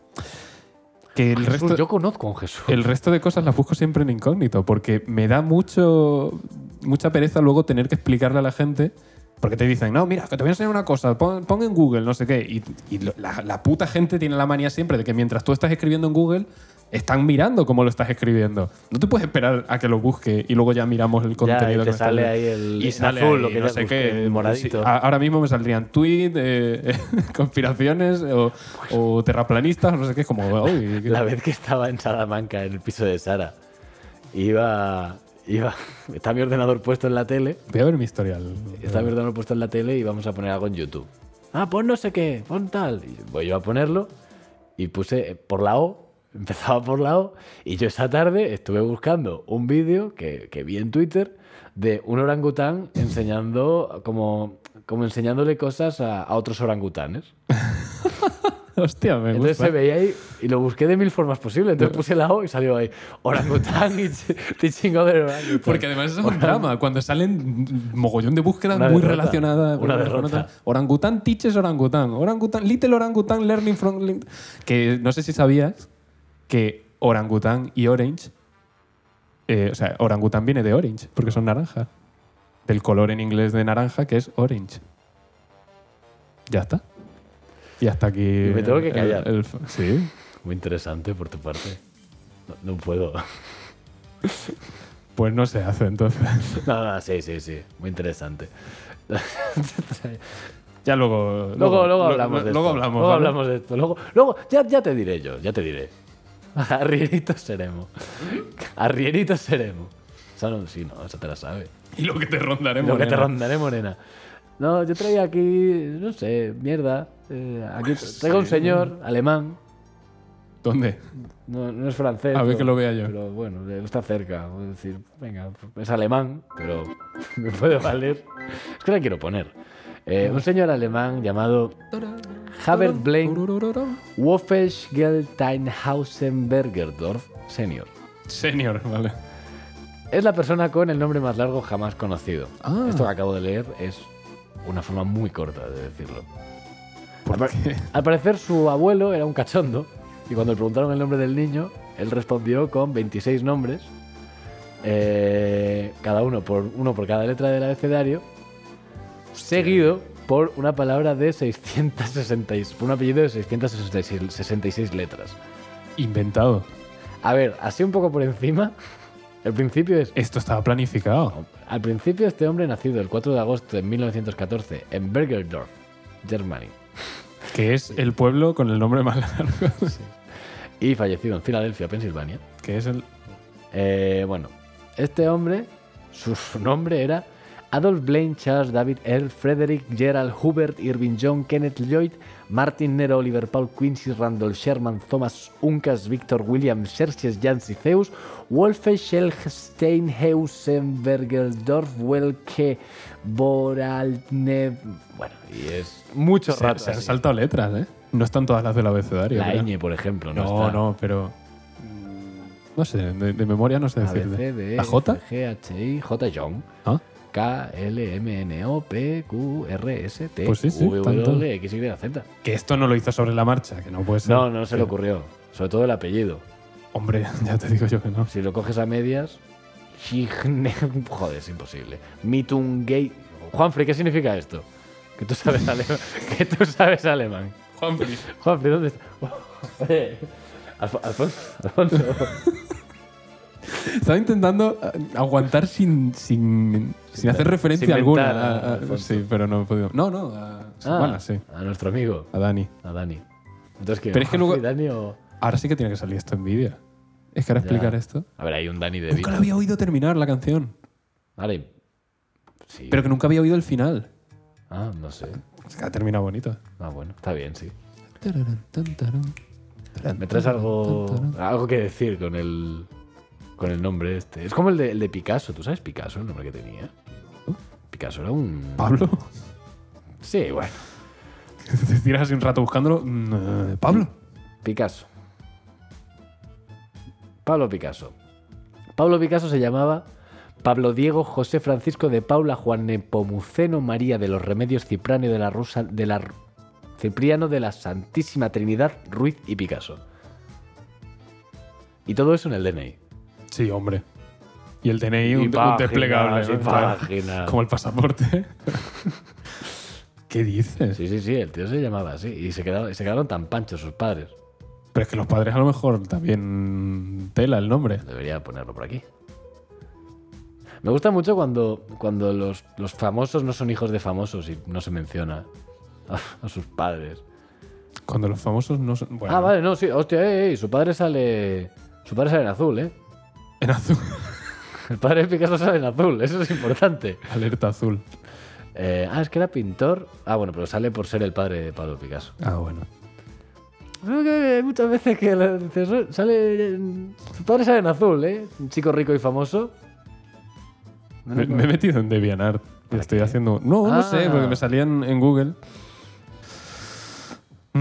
Speaker 2: Que el
Speaker 1: Jesús,
Speaker 2: resto,
Speaker 1: yo conozco a un Jesús.
Speaker 2: el resto de cosas las busco siempre en incógnito porque me da mucho mucha pereza luego tener que explicarle a la gente porque te dicen, no, mira, que te voy a enseñar una cosa, pon, pon en Google, no sé qué. Y, y lo- la, la puta gente tiene la manía siempre de que mientras tú estás escribiendo en Google, están mirando cómo lo estás escribiendo. No te puedes esperar a que lo busque y luego ya miramos el
Speaker 1: Ya, y
Speaker 2: contenido
Speaker 1: te
Speaker 2: que me estás
Speaker 1: sale
Speaker 2: leyendo
Speaker 1: ahí el-
Speaker 2: y
Speaker 1: en
Speaker 2: sale
Speaker 1: azul,
Speaker 2: ahí,
Speaker 1: lo que
Speaker 2: no
Speaker 1: ya
Speaker 2: sé
Speaker 1: busqué,
Speaker 2: qué,
Speaker 1: el moradito.
Speaker 2: sí, a- ahora mismo me saldrían tweets, eh, [LAUGHS] conspiraciones o, o terraplanistas, no sé qué, es como, uy,
Speaker 1: Pues- La vez que estaba en Salamanca, en el piso de Sara, iba. iba [LAUGHS] está mi ordenador puesto en la tele.
Speaker 2: voy a ver mi historial.
Speaker 1: Está mi ordenador puesto en la tele y vamos a poner algo en YouTube. Ah, pon no sé qué, pon tal. Y voy yo a ponerlo y puse eh, por la O, [LAUGHS] empezaba por la O. Y yo esa tarde estuve buscando un vídeo que, que vi en Twitter de un orangután enseñando, como, como enseñándole cosas a- a otros orangutanes.
Speaker 2: [LAUGHS] Hostia, me
Speaker 1: Entonces
Speaker 2: gusta.
Speaker 1: se veía ahí y lo busqué de mil formas posibles. Entonces puse la O y salió ahí orangután y chi- [LAUGHS] teaching other orangutans.
Speaker 2: Porque además es un drama. Cuando salen mogollón de búsquedas
Speaker 1: Una
Speaker 2: muy
Speaker 1: derrota.
Speaker 2: relacionadas.
Speaker 1: Una
Speaker 2: con-
Speaker 1: derrota.
Speaker 2: con- Orangután teaches orangután. Orangután, little orangután learning from... lin- Que no sé si sabías que orangután y orange... eh, o sea, orangután viene de orange, porque son naranjas. Del color en inglés de naranja, que es orange. Ya está. Y hasta aquí...
Speaker 1: Y me tengo que
Speaker 2: el-
Speaker 1: callar.
Speaker 2: el- sí.
Speaker 1: Muy interesante por tu parte. No, no puedo.
Speaker 2: Pues no se hace, entonces.
Speaker 1: No, no, sí, sí, sí. Muy interesante.
Speaker 2: Ya luego...
Speaker 1: Luego, luego
Speaker 2: lo-
Speaker 1: hablamos
Speaker 2: lo-
Speaker 1: de esto.
Speaker 2: Luego hablamos.
Speaker 1: Luego
Speaker 2: ¿vale?
Speaker 1: hablamos de esto. Luego, luego ya, ya te diré yo, ya te diré. [LAUGHS] Arrieritos
Speaker 2: [LAUGHS]
Speaker 1: seremos. Arrieritos seremos. Eso no, sí, no, eso te la sabe.
Speaker 2: Y lo que te rondaremos.
Speaker 1: Lo que te
Speaker 2: nena.
Speaker 1: rondaré, morena. No, yo traía aquí, no sé, mierda. Eh,
Speaker 2: [LAUGHS]
Speaker 1: aquí traigo un
Speaker 2: sí.
Speaker 1: señor alemán.
Speaker 2: ¿Dónde?
Speaker 1: No, no es francés.
Speaker 2: A ver que
Speaker 1: pero-
Speaker 2: lo vea yo.
Speaker 1: Pero bueno, eh, está cerca. Voy a decir, venga, es alemán, pero [LAUGHS] me puede valer. Es que la quiero poner. Eh, un señor alemán llamado Haber Blaine Wolfeschgelteinhausenbergerdorf Senior.
Speaker 2: Senior, vale.
Speaker 1: Es la persona con el nombre más largo jamás conocido.
Speaker 2: Ah.
Speaker 1: Esto que acabo de leer es una forma muy corta de decirlo.
Speaker 2: ¿Por
Speaker 1: Al,
Speaker 2: qué?
Speaker 1: al parecer su abuelo era un cachondo y cuando le preguntaron el nombre del niño, él respondió con 26 nombres, eh, cada uno por, uno por cada letra del abecedario, seguido por una palabra de 666, por un apellido de 666 66 letras.
Speaker 2: Inventado.
Speaker 1: A ver, así un poco por encima, el principio es...
Speaker 2: Esto estaba planificado.
Speaker 1: Al principio este hombre nacido el 4 de agosto de 1914 en Bergerdorf, Germany.
Speaker 2: Que es el pueblo con el nombre más largo.
Speaker 1: y fallecido en Filadelfia, Pensilvania.
Speaker 2: Que es el.
Speaker 1: Eh, bueno, este hombre, su, su nombre era Adolf Blaine Charles David Earl Frederick Gerald Hubert Irving John Kenneth Lloyd Martin Nero Oliver Paul Quincy Randall Sherman Thomas Uncas Victor William Xerxes Jansi Zeus Wolfe Schelstein Heusenbergerdorf Welke Boralnev bueno y es mucho
Speaker 2: Se,
Speaker 1: rato
Speaker 2: se han
Speaker 1: así.
Speaker 2: saltado letras, ¿eh? No están todas las del abecedario.
Speaker 1: la
Speaker 2: creo.
Speaker 1: ñ por ejemplo no,
Speaker 2: No,
Speaker 1: está.
Speaker 2: no, pero. mm, No sé, de, de memoria no sé
Speaker 1: A, B, C,
Speaker 2: decirte.
Speaker 1: D, E
Speaker 2: ¿La J?
Speaker 1: F, G, H, I, J, John.
Speaker 2: Ah,
Speaker 1: K, L, M, N, O, P, Q, R, S, T,
Speaker 2: Pues sí, sí,
Speaker 1: U, W,
Speaker 2: tanto.
Speaker 1: X, Y, Z.
Speaker 2: Que esto no lo hizo sobre la marcha, que no puede ser.
Speaker 1: No, no se le ocurrió. Sobre todo el apellido.
Speaker 2: Hombre, [LAUGHS] ya te digo yo que no.
Speaker 1: Si lo coges a medias. Gigne- [LAUGHS] Joder, es imposible. Mitungay. Juanfrey, ¿qué significa esto? Que tú sabes alemán. [LAUGHS] que tú sabes alemán.
Speaker 2: Juanfri.
Speaker 1: Juanfrey, ¿dónde está? Oye, [LAUGHS] Alfo- Alfonso, Alfonso.
Speaker 2: Estaba intentando eh, aguantar sin, sin, sin hacer referencia
Speaker 1: sin
Speaker 2: alguna.
Speaker 1: mentar ah, a-
Speaker 2: a- a-
Speaker 1: a Alfonso.
Speaker 2: sí, pero no he podido. No, no, a Sabana,
Speaker 1: Ah,
Speaker 2: sí,
Speaker 1: A nuestro amigo,
Speaker 2: a Dani.
Speaker 1: a Dani. Entonces, ¿qué?
Speaker 2: Pero es que luego-
Speaker 1: ¿Juanfrey, Dani o.?
Speaker 2: Ahora sí que tiene que salir esto en vídeo. Es que ahora
Speaker 1: Ya.
Speaker 2: explicar esto.
Speaker 1: A ver, hay un Dani de
Speaker 2: Nunca la
Speaker 1: vida.
Speaker 2: había oído terminar la canción,
Speaker 1: Vale. Sí.
Speaker 2: pero que nunca había oído el final.
Speaker 1: Ah, no sé.
Speaker 2: Es que ha terminado bonito.
Speaker 1: Ah, bueno, está bien, sí. ¿Me traes algo, algo que decir con el, con el nombre este. Es como el de, el de Picasso. ¿Tú sabes Picasso, el nombre que tenía? Picasso era un...
Speaker 2: ¿Pablo? [LAUGHS]
Speaker 1: Sí, bueno.
Speaker 2: Te tiras así un rato buscándolo. Mm, eh, ¿Pablo?
Speaker 1: Picasso. Pablo Picasso. Pablo Picasso se llamaba Pablo Diego José Francisco de Paula Juan Nepomuceno María de los Remedios Cipranio de la Rusa de la Ru- Cipriano de la Santísima Trinidad Ruiz y Picasso. Y todo eso en el DNI.
Speaker 2: Sí, hombre. Y el DNI,
Speaker 1: Y
Speaker 2: un, un
Speaker 1: páginas,
Speaker 2: desplegable.
Speaker 1: y
Speaker 2: ¿no? Claro.
Speaker 1: páginas.
Speaker 2: Como el pasaporte. [LAUGHS] ¿Qué dices?
Speaker 1: Sí, sí, sí, el tío se llamaba así. Y se quedaron, se quedaron tan panchos sus padres.
Speaker 2: Pero es que los padres a lo mejor también tela el nombre.
Speaker 1: Debería ponerlo por aquí. Me gusta mucho cuando, cuando los, los famosos no son hijos de famosos y no se menciona a, a sus padres.
Speaker 2: Cuando los famosos no son. Bueno,
Speaker 1: Ah, vale, no, sí, hostia, eh, eh, su padre sale. Su padre sale en azul, ¿eh? [LAUGHS]
Speaker 2: En azul. [LAUGHS]
Speaker 1: El padre de Picasso sale en azul, eso es importante.
Speaker 2: Alerta azul.
Speaker 1: Eh, ah, es que era pintor. Ah, bueno, pero sale por ser el padre de Pablo Picasso.
Speaker 2: Ah, bueno.
Speaker 1: Creo que hay muchas veces que la- dices, "Eh, sale. en- Su padre sale en azul, ¿eh? Un chico rico y famoso.
Speaker 2: Me, me he metido en DeviantArt. Y Estoy haciendo. No,
Speaker 1: Ah.
Speaker 2: no sé, porque me salían en Google.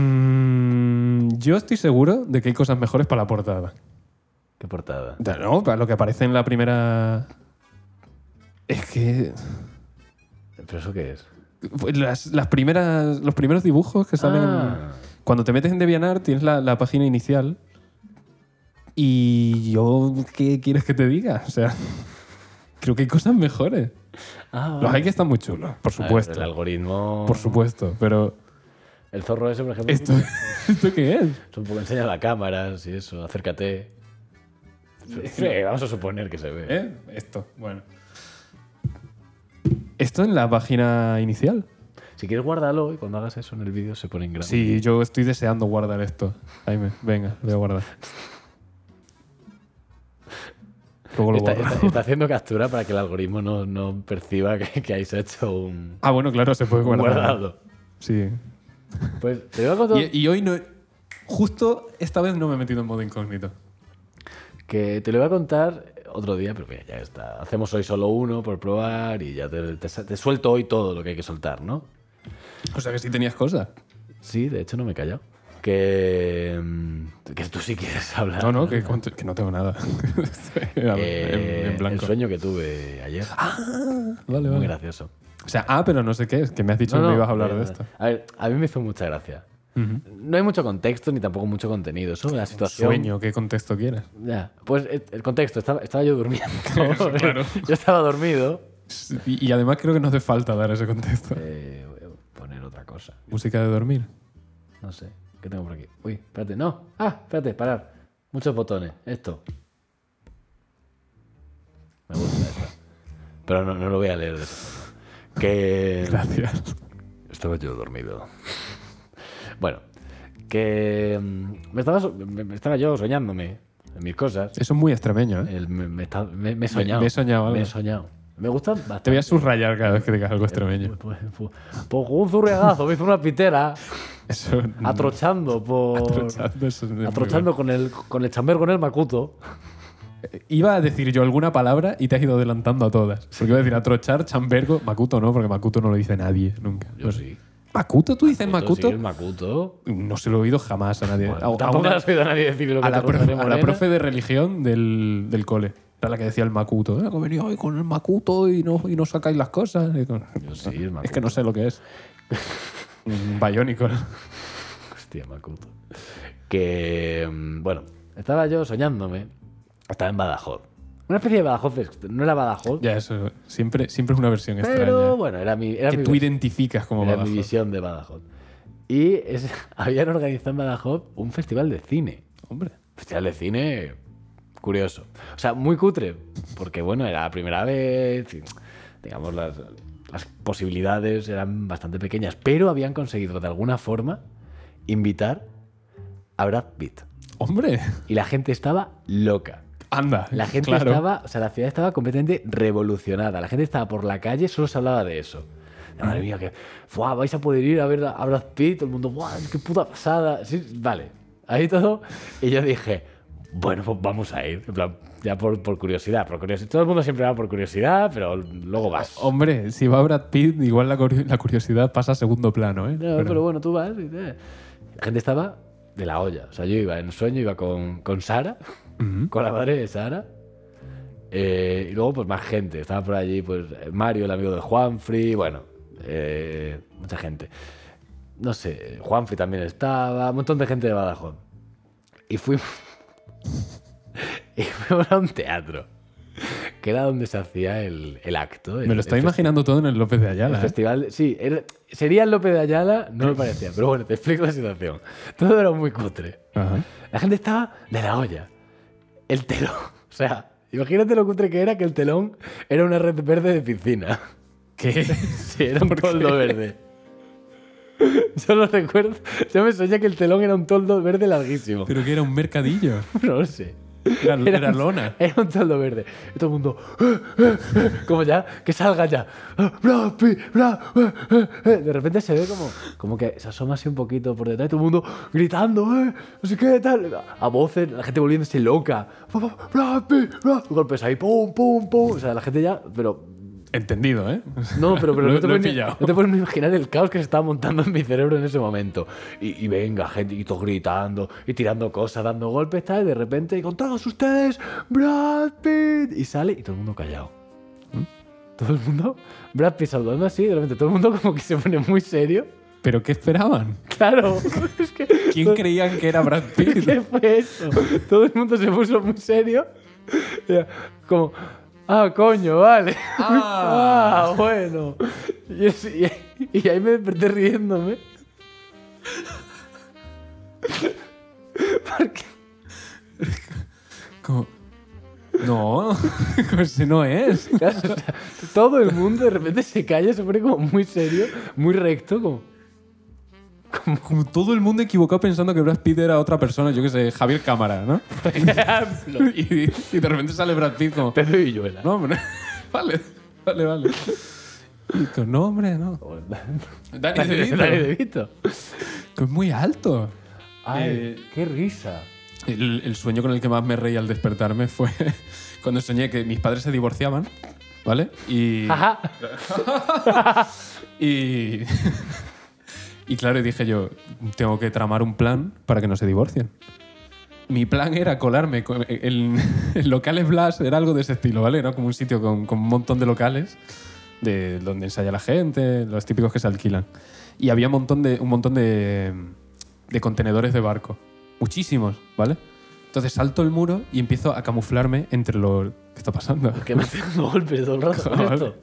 Speaker 2: Mm, yo estoy seguro de que hay cosas mejores para la portada.
Speaker 1: Qué portada.
Speaker 2: Da- No, para lo que aparece en la primera. Es que.
Speaker 1: ¿Pero eso qué es?
Speaker 2: pues, Las, las primeras, los primeros dibujos que salen.
Speaker 1: Ah.
Speaker 2: Cuando te metes en DeviantArt tienes la, la página inicial. Y yo, ¿qué quieres que te diga? O sea, [LAUGHS] creo que hay cosas mejores.
Speaker 1: Ah,
Speaker 2: Los hay que están muy chulos, por
Speaker 1: A ver,
Speaker 2: supuesto.
Speaker 1: el algoritmo.
Speaker 2: Por supuesto, pero
Speaker 1: El zorro ese, por ejemplo.
Speaker 2: ¿esto, [LAUGHS] ¿esto qué es?
Speaker 1: Es un poco enseña la cámara, y eso, acércate. Sí, vamos a suponer que se ve.
Speaker 2: ¿Eh? Esto, bueno. Esto en la página inicial.
Speaker 1: Si quieres, guárdalo y cuando hagas eso en el vídeo se pone en grande.
Speaker 2: Sí, yo estoy deseando guardar esto. Jaime, venga, lo voy a guardar. Luego lo
Speaker 1: Está,
Speaker 2: borro.
Speaker 1: está- está haciendo captura para que el algoritmo no, no perciba que, que ahí se ha hecho un,
Speaker 2: Ah, bueno, claro, se puede
Speaker 1: un
Speaker 2: guardar.
Speaker 1: guardado.
Speaker 2: Sí.
Speaker 1: Pues te digo algo
Speaker 2: Y, y hoy no. Justo esta vez no me he metido en modo incógnito.
Speaker 1: que te lo voy a contar otro día, pero mira, ya está. Hacemos hoy solo uno por probar y ya te, te sa- te suelto hoy todo lo que hay que soltar, ¿no?
Speaker 2: O sea que sí tenías cosas.
Speaker 1: Sí, de hecho no me he callado. Que, mm, que tú sí quieres [LAUGHS] hablar.
Speaker 2: No, no, que, cuánto- que no tengo nada. [LAUGHS] Estoy, a
Speaker 1: Ah,
Speaker 2: ver,
Speaker 1: Eh,
Speaker 2: en, en
Speaker 1: El
Speaker 2: blanco. Ah,
Speaker 1: sueño que tuve ayer.
Speaker 2: Vale,
Speaker 1: Muy
Speaker 2: vale.
Speaker 1: gracioso.
Speaker 2: O sea, ah, pero no sé qué es, que me has dicho que me ibas a
Speaker 1: eh,
Speaker 2: hablar de esto.
Speaker 1: A ver, a mí me hizo mucha gracia. No hay mucho contexto ni tampoco mucho contenido. Es sobre la situación.
Speaker 2: Sueño, ¿qué contexto quieres?
Speaker 1: Ya, Pues eh, el contexto, estaba, estaba yo durmiendo.
Speaker 2: [LAUGHS] Claro.
Speaker 1: [LAUGHS] Yo estaba dormido.
Speaker 2: Y, y además creo que no hace falta dar ese contexto.
Speaker 1: Eh, voy a poner otra cosa.
Speaker 2: Música de dormir.
Speaker 1: No sé. ¿Qué tengo por aquí? Uy, espérate, no. Ah, espérate, parar. Muchos botones. Esto. Me gusta esta. Pero no, no lo voy a leer de esa forma. Que.
Speaker 2: Gracias.
Speaker 1: Estaba yo dormido. [LAUGHS] Bueno, que mm, me estaba, so- me- me estaba yo soñándome en mis cosas.
Speaker 2: Eso es muy extremeño, ¿eh?
Speaker 1: El- me, me está- me- me he soñado.
Speaker 2: me he soñado algo.
Speaker 1: Me he soñado. Me gusta
Speaker 2: Te voy
Speaker 1: bastante.
Speaker 2: a subrayar cada vez que digas algo extremeño.
Speaker 1: Pues, pues- pues con un zurriagazo me hizo una
Speaker 2: [LAUGHS]
Speaker 1: pitera
Speaker 2: Eso.
Speaker 1: atrochando por...
Speaker 2: Atrochando, eso es muy
Speaker 1: atrochando con el, con el chamber con el macuto.
Speaker 2: bueno. Iba a decir yo alguna palabra y te has ido adelantando a todas. Porque iba a decir atrochar, chambergo, Makuto no, porque Makuto no lo dice nadie nunca. No sé. ¿Makuto? ¿Tú dices Makuto?
Speaker 1: Sí, el macuto.
Speaker 2: No se lo he oído jamás a nadie. A- a
Speaker 1: Tampoco
Speaker 2: una-
Speaker 1: le has oído a nadie decir lo que
Speaker 2: a la,
Speaker 1: te
Speaker 2: profe,
Speaker 1: contaré,
Speaker 2: a la
Speaker 1: Morena.
Speaker 2: profe de religión del, del cole. Era la que decía el Makuto. "Eh, que venís hoy con el Makuto y no, y no sacáis las cosas. Y con-
Speaker 1: Yo sí, el
Speaker 2: [LAUGHS] es que
Speaker 1: macuto.
Speaker 2: no sé lo
Speaker 1: [LAUGHS]
Speaker 2: que es. Un Bionicle.
Speaker 1: Hostia, Macuto. Que, mm, bueno, estaba yo soñándome. Estaba en Badajoz. Una especie de Badajoz, ex- no era Badajoz,
Speaker 2: Ya, eso. Siempre, siempre es una versión
Speaker 1: pero
Speaker 2: extraña.
Speaker 1: bueno, era mi, era
Speaker 2: Que
Speaker 1: mi
Speaker 2: tú
Speaker 1: versión.
Speaker 2: identificas como
Speaker 1: Era mi
Speaker 2: Badajoz.
Speaker 1: visión de Badajoz. Y es- [LAUGHS] habían organizado en Badajoz un festival de cine.
Speaker 2: Hombre.
Speaker 1: Festival de cine curioso. O sea, muy cutre, porque bueno, era la primera vez, y, digamos, las, las posibilidades eran bastante pequeñas, pero habían conseguido de alguna forma invitar a Brad Pitt.
Speaker 2: Hombre.
Speaker 1: Y la gente estaba loca.
Speaker 2: Anda.
Speaker 1: La gente
Speaker 2: claro.
Speaker 1: estaba, o sea, la ciudad estaba completamente revolucionada. La gente estaba por la calle, solo se hablaba de eso. De, Madre mía, que "Fua, vais a poder ir a ver a a Brad Pitt, todo el mundo, guau, qué puta pasada. Sí, vale, ahí todo. Y yo dije, bueno, pues vamos a ir. En plan, ya por, por curiosidad, por curiosidad. Todo el mundo siempre va por curiosidad, pero luego vas.
Speaker 2: Hombre, si va Brad Pitt, igual la, curi- la curiosidad pasa a segundo plano, ¿eh?
Speaker 1: No, pero, bueno, tú vas. y te- La gente estaba de la olla. O sea, yo iba en sueño, iba con, con Sara, con la madre de Sara. Eh, y luego, pues más gente. Estaba por allí, pues Mario, el amigo de Juanfrey, bueno, eh, mucha gente. No sé, Juanfrey también estaba, un montón de gente de Badajoz. Y fuimos. [LAUGHS] y fuimos a un teatro. Que era donde se hacía el, el acto. el-
Speaker 2: Me lo estoy
Speaker 1: el festival.
Speaker 2: imaginando todo en el López de
Speaker 1: El
Speaker 2: Ayala. ¿eh?
Speaker 1: festival, sí, era- sería el López de Ayala, no me parecía, pero bueno, te explico la situación. Todo era muy cutre.
Speaker 2: Ajá.
Speaker 1: La gente estaba de la olla. El telón, [LAUGHS] o sea, imagínate lo cutre que era que el telón era una red verde de piscina.
Speaker 2: ¿Qué?
Speaker 1: [LAUGHS] Sí, era un toldo verde. Yo lo recuerdo, yo me soñé que el telón era un toldo verde
Speaker 2: [LAUGHS]
Speaker 1: larguísimo.
Speaker 2: Pero que era un
Speaker 1: [LAUGHS]
Speaker 2: mercadillo.
Speaker 1: No lo sé.
Speaker 2: Era,
Speaker 1: Era
Speaker 2: era
Speaker 1: un-
Speaker 2: lona.
Speaker 1: [LAUGHS] Era un toldo verde. Y todo el mundo, "Eh, como ya, que salga ya. "Ah, Brad Pitt, Brad, eh, eh, eh. De repente se ve como, como que se asoma así un poquito por detrás y todo el mundo gritando, eh, no sé qué, tal. A voces, la gente volviéndose loca. Brad Pitt, Brad. Golpes ahí, pum, pum, pum. O sea, la gente ya, pero.
Speaker 2: Entendido, ¿eh?
Speaker 1: No, pero, pero
Speaker 2: [LAUGHS] Lo-
Speaker 1: no, te
Speaker 2: lo he
Speaker 1: puedes ni-
Speaker 2: pillado.
Speaker 1: no te puedes ni imaginar el caos que se estaba montando en mi cerebro en ese momento. Y, y venga, gente, y todos gritando, y tirando cosas, dando golpes, tal, y de repente, y con todos ustedes, Brad Pitt. Y sale, y todo el mundo callado. ¿Mm? Todo el mundo, Brad Pitt saludando así, y de repente todo el mundo como que se pone muy serio. [LAUGHS]
Speaker 2: ¿Pero qué esperaban?
Speaker 1: Claro, [LAUGHS] es que.
Speaker 2: ¿Quién creían que era Brad Pitt?
Speaker 1: Pues- [LAUGHS] ¿Qué fue eso? Todo el mundo se puso muy serio. Ya, Como, ah, coño, vale. [LAUGHS]
Speaker 2: Ah.
Speaker 1: Ah, bueno. Y, es- y- y ahí me desperté riéndome. Porque,
Speaker 2: Como, No, [LAUGHS] ese no es.
Speaker 1: claro, o sea, todo el mundo de repente se calla, se pone como muy serio, muy recto, como...
Speaker 2: Como todo el mundo equivocado pensando que Brad Pitt era otra persona, yo qué sé, Javier Cámara, ¿no?
Speaker 1: [LAUGHS]
Speaker 2: y, y de repente sale Brad Pitt como,
Speaker 1: Pedro Villuela. [LAUGHS]
Speaker 2: no, [LAUGHS] hombre, vale, vale, vale. Y con, no, hombre, no. Dani
Speaker 1: Dani
Speaker 2: DeVito,
Speaker 1: Dani DeVito.
Speaker 2: que es muy alto.
Speaker 1: Ay,
Speaker 2: Eh,
Speaker 1: qué risa.
Speaker 2: El, el sueño con el que más me reí al despertarme fue [LAUGHS] cuando soñé que mis padres se divorciaban, ¿vale? Y...
Speaker 1: Ajá.
Speaker 2: Y, [LAUGHS] y claro, dije yo, tengo que tramar un plan para que no se divorcien. Mi plan era colarme. co- El, el [LAUGHS] locales Blas era algo de ese estilo, ¿vale? Era como un sitio con, con un montón de locales de donde ensaya la gente, los típicos que se alquilan. Y había un montón de, un montón de, de contenedores de barco. Muchísimos, ¿vale? Entonces salto el muro y empiezo a camuflarme entre los... ¿Qué está pasando?
Speaker 1: Que me hacen [LAUGHS] golpes todo el rato con
Speaker 2: [LAUGHS]
Speaker 1: esto.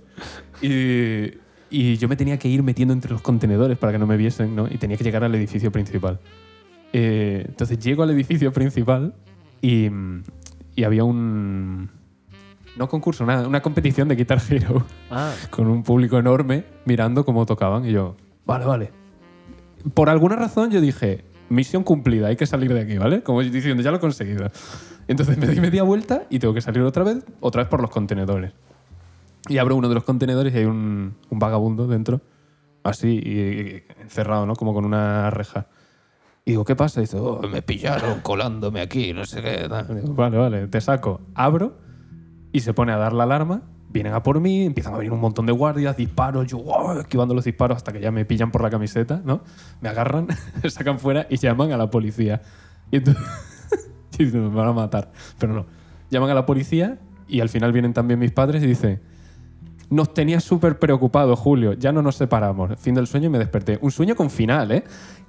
Speaker 2: Y, y yo me tenía que ir metiendo entre los contenedores para que no me viesen, ¿no? Y tenía que llegar al edificio principal. Eh, entonces llego al edificio principal y, mm, y había un... No concurso, nada, una competición de Guitar Hero
Speaker 1: Ah.
Speaker 2: [LAUGHS] con un público enorme mirando cómo tocaban y yo, vale, vale. Por alguna razón yo dije, misión cumplida, hay que salir de aquí, ¿vale? Como diciendo, ya lo he conseguido. Entonces me di media vuelta y tengo que salir otra vez, otra vez por los contenedores. Y abro uno de los contenedores y hay un, un vagabundo dentro, así, y, y- encerrado, ¿no? Como con una reja. Y digo, ¿qué pasa? Y dice, "Oh, me pillaron colándome aquí, no sé qué. tal". Digo, vale, vale, te saco. Abro y se pone a dar la alarma. Vienen a por mí, empiezan a venir un montón de guardias, disparos, yo ¡guau! esquivando los disparos hasta que ya me pillan por la camiseta, ¿no? Me agarran, [LAUGHS] me sacan fuera y llaman a la policía. Y entonces [LAUGHS] y dicen, me van a matar, pero no. Llaman a la policía y al final vienen también mis padres y dicen, nos tenías súper preocupados, Julio, ya no nos separamos. Fin del sueño y me desperté. Un sueño con final, ¿eh?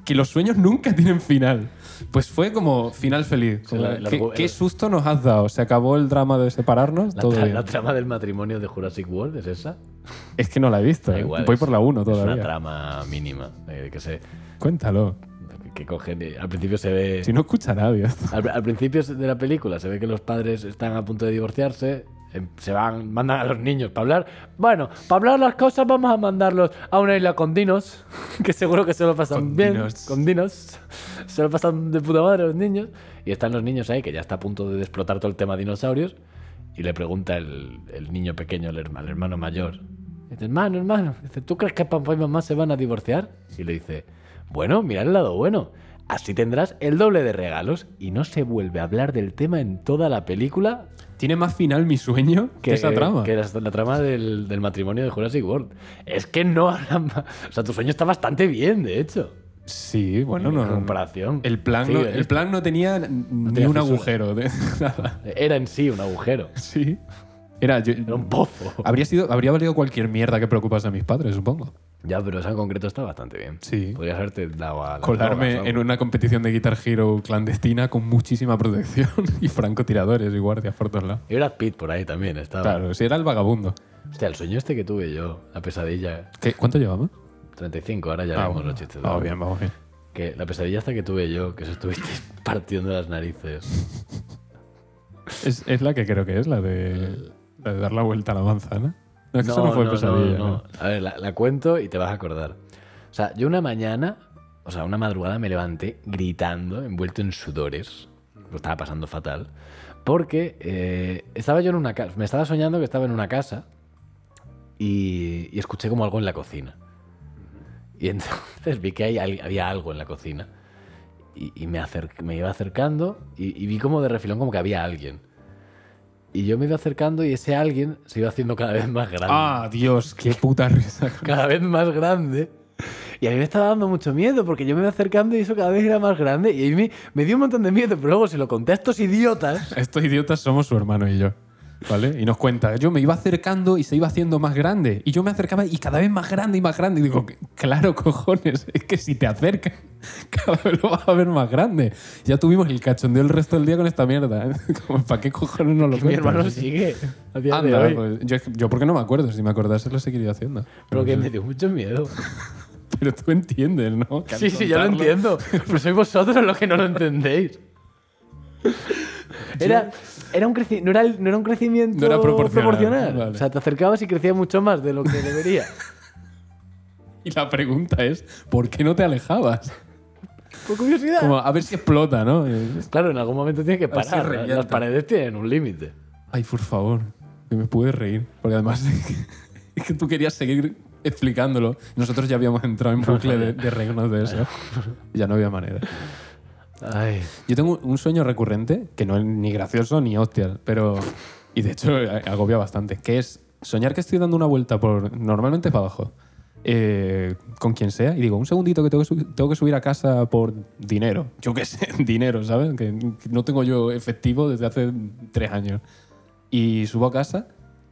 Speaker 2: Que los sueños nunca tienen final. Pues fue como final feliz.
Speaker 1: Sí, la- la-
Speaker 2: ¿Qué, qué susto nos has dado? ¿Se acabó el drama de separarnos?
Speaker 1: La,
Speaker 2: Todo
Speaker 1: tra-
Speaker 2: bien.
Speaker 1: la trama del matrimonio de Jurassic World es esa.
Speaker 2: Es que no la he visto.
Speaker 1: Da
Speaker 2: eh.
Speaker 1: igual,
Speaker 2: Voy
Speaker 1: es-
Speaker 2: por la 1
Speaker 1: Es una
Speaker 2: todavía.
Speaker 1: trama mínima. eh, que se.
Speaker 2: Cuéntalo.
Speaker 1: Que cogen. y- Al principio se ve.
Speaker 2: Si no escucha nadie [LAUGHS] esto.
Speaker 1: Al, al principio de la película se ve que los padres están a punto de divorciarse. em, Se van, mandan a los niños para hablar. Bueno, para hablar las cosas vamos a mandarlos a una isla con dinos, [LAUGHS] que seguro que se lo pasan
Speaker 2: Con
Speaker 1: bien.
Speaker 2: dinos.
Speaker 1: Con dinos. Se lo pasan de puta madre los niños. Y están los niños ahí, que ya está a punto de explotar todo el tema de dinosaurios. Y le pregunta el, el niño pequeño, el hermano, el hermano mayor. Dice, hermano, hermano, dice, ¿tú crees que papá y mamá se van a divorciar? Y le dice, bueno, mira el lado bueno. Así tendrás el doble de regalos y no se vuelve a hablar del tema en toda la película
Speaker 2: Tiene más final mi sueño que, esa trama.
Speaker 1: que la, la trama del, del matrimonio de Jurassic World. Es que no hablan más. O sea, tu sueño está bastante bien, de hecho.
Speaker 2: Sí, bueno,
Speaker 1: En
Speaker 2: no. no.
Speaker 1: comparación.
Speaker 2: El plan,
Speaker 1: Sí,
Speaker 2: no,
Speaker 1: es-
Speaker 2: el plan no tenía n- ni
Speaker 1: tenía
Speaker 2: un
Speaker 1: fisura.
Speaker 2: agujero. de- [LAUGHS] nada.
Speaker 1: Era en sí un agujero.
Speaker 2: sí. Era, yo-
Speaker 1: Era un pozo.
Speaker 2: habría, sido, habría valido cualquier mierda que preocupase a mis padres, supongo.
Speaker 1: [LAUGHS] Ya, pero esa en concreto está bastante bien.
Speaker 2: Sí.
Speaker 1: Podrías haberte dado a. las
Speaker 2: Colarme
Speaker 1: drogas o
Speaker 2: en
Speaker 1: algo.
Speaker 2: una competición de Guitar Hero clandestina con muchísima protección [LAUGHS] y francotiradores y guardias por todos lados.
Speaker 1: Y Brad Pitt por ahí también estaba.
Speaker 2: Claro, si era el vagabundo.
Speaker 1: Hostia, el sueño este que tuve yo, la pesadilla.
Speaker 2: ¿Qué- ¿Cuánto llevamos?
Speaker 1: 35, ahora ya
Speaker 2: Ah,
Speaker 1: vemos
Speaker 2: bueno.
Speaker 1: los chistes.
Speaker 2: Vamos bien, vamos bien.
Speaker 1: Que la pesadilla hasta que tuve yo, que os estuvisteis [LAUGHS] partiendo las narices.
Speaker 2: Es, es la que creo que es, la de, la de dar la vuelta a la manzana. No, es que eso no fue pesadilla.
Speaker 1: Eh. no.
Speaker 2: ¿no?
Speaker 1: A ver, la, la cuento y te vas a acordar. O sea, yo una mañana, o sea, una madrugada me levanté gritando, envuelto en sudores. Lo estaba pasando fatal. Porque eh, estaba yo en una casa, me estaba soñando que estaba en una casa y, y escuché como algo en la cocina. Y [LAUGHS] entonces vi que hay al- había algo en la cocina. Y, y me, acer- me iba acercando y, y vi como de refilón como que había alguien. Y yo me iba acercando y ese alguien se iba haciendo cada vez más grande
Speaker 2: Ah, Dios, qué puta risa. [LAUGHS]
Speaker 1: cada vez más grande. Y a mí me estaba dando mucho miedo porque yo me iba acercando y eso cada vez era más grande. Y a mí me, me dio un montón de miedo, pero luego se lo conté a estos idiotas.
Speaker 2: Estos idiotas somos su hermano y yo. ¿Vale? Y nos cuenta, yo me iba acercando y se iba haciendo más grande. Y yo me acercaba y cada vez más grande y más grande. Y digo, claro, cojones, [LAUGHS] es que si te acercas, [LAUGHS] cada vez lo vas a ver más grande. Ya tuvimos el cachondeo el resto del día con esta mierda. ¿eh? [LAUGHS] Como, ¿Para qué cojones no lo
Speaker 1: Mi
Speaker 2: cuentas?
Speaker 1: hermano sigue. A día de
Speaker 2: Anda,
Speaker 1: hoy.
Speaker 2: pues, yo, yo porque no me acuerdo. Si me acordase lo seguiría haciendo. [LAUGHS]
Speaker 1: Pero que me dio mucho miedo.
Speaker 2: Pero tú entiendes, ¿no? Que al
Speaker 1: Sí, sí, yo lo
Speaker 2: contarlo-
Speaker 1: entiendo. Pero sois vosotros los que no lo
Speaker 2: [LAUGHS]
Speaker 1: entendéis. Era, era un creci- no, era, el- no era un crecimiento
Speaker 2: No era proporcional, vale.
Speaker 1: O sea, te acercabas y crecía mucho más de lo que
Speaker 2: [LAUGHS]
Speaker 1: debería.
Speaker 2: Y la pregunta es, ¿por qué no te alejabas?
Speaker 1: Por curiosidad.
Speaker 2: Como, a ver si explota, ¿no? Y-
Speaker 1: Claro, en algún momento tiene que
Speaker 2: Así
Speaker 1: parar. Las- Las
Speaker 2: revienta.
Speaker 1: paredes tienen un límite.
Speaker 2: Ay, por favor, que me pude reír. Porque además [LAUGHS] es que tú querías seguir explicándolo. Nosotros ya habíamos entrado en bucle de, de reírnos de
Speaker 1: [LAUGHS]
Speaker 2: eso. Ya no había manera.
Speaker 1: Ay.
Speaker 2: Yo tengo un sueño recurrente, que no es ni gracioso ni hostia, pero... Y de hecho a- agobia bastante, que es soñar que estoy dando una vuelta por... Normalmente para abajo. eh, con quien sea y digo un segundito que tengo que, su- tengo que subir a casa por dinero yo qué [LAUGHS] sé dinero sabes que que no tengo yo efectivo desde hace tres años y subo a casa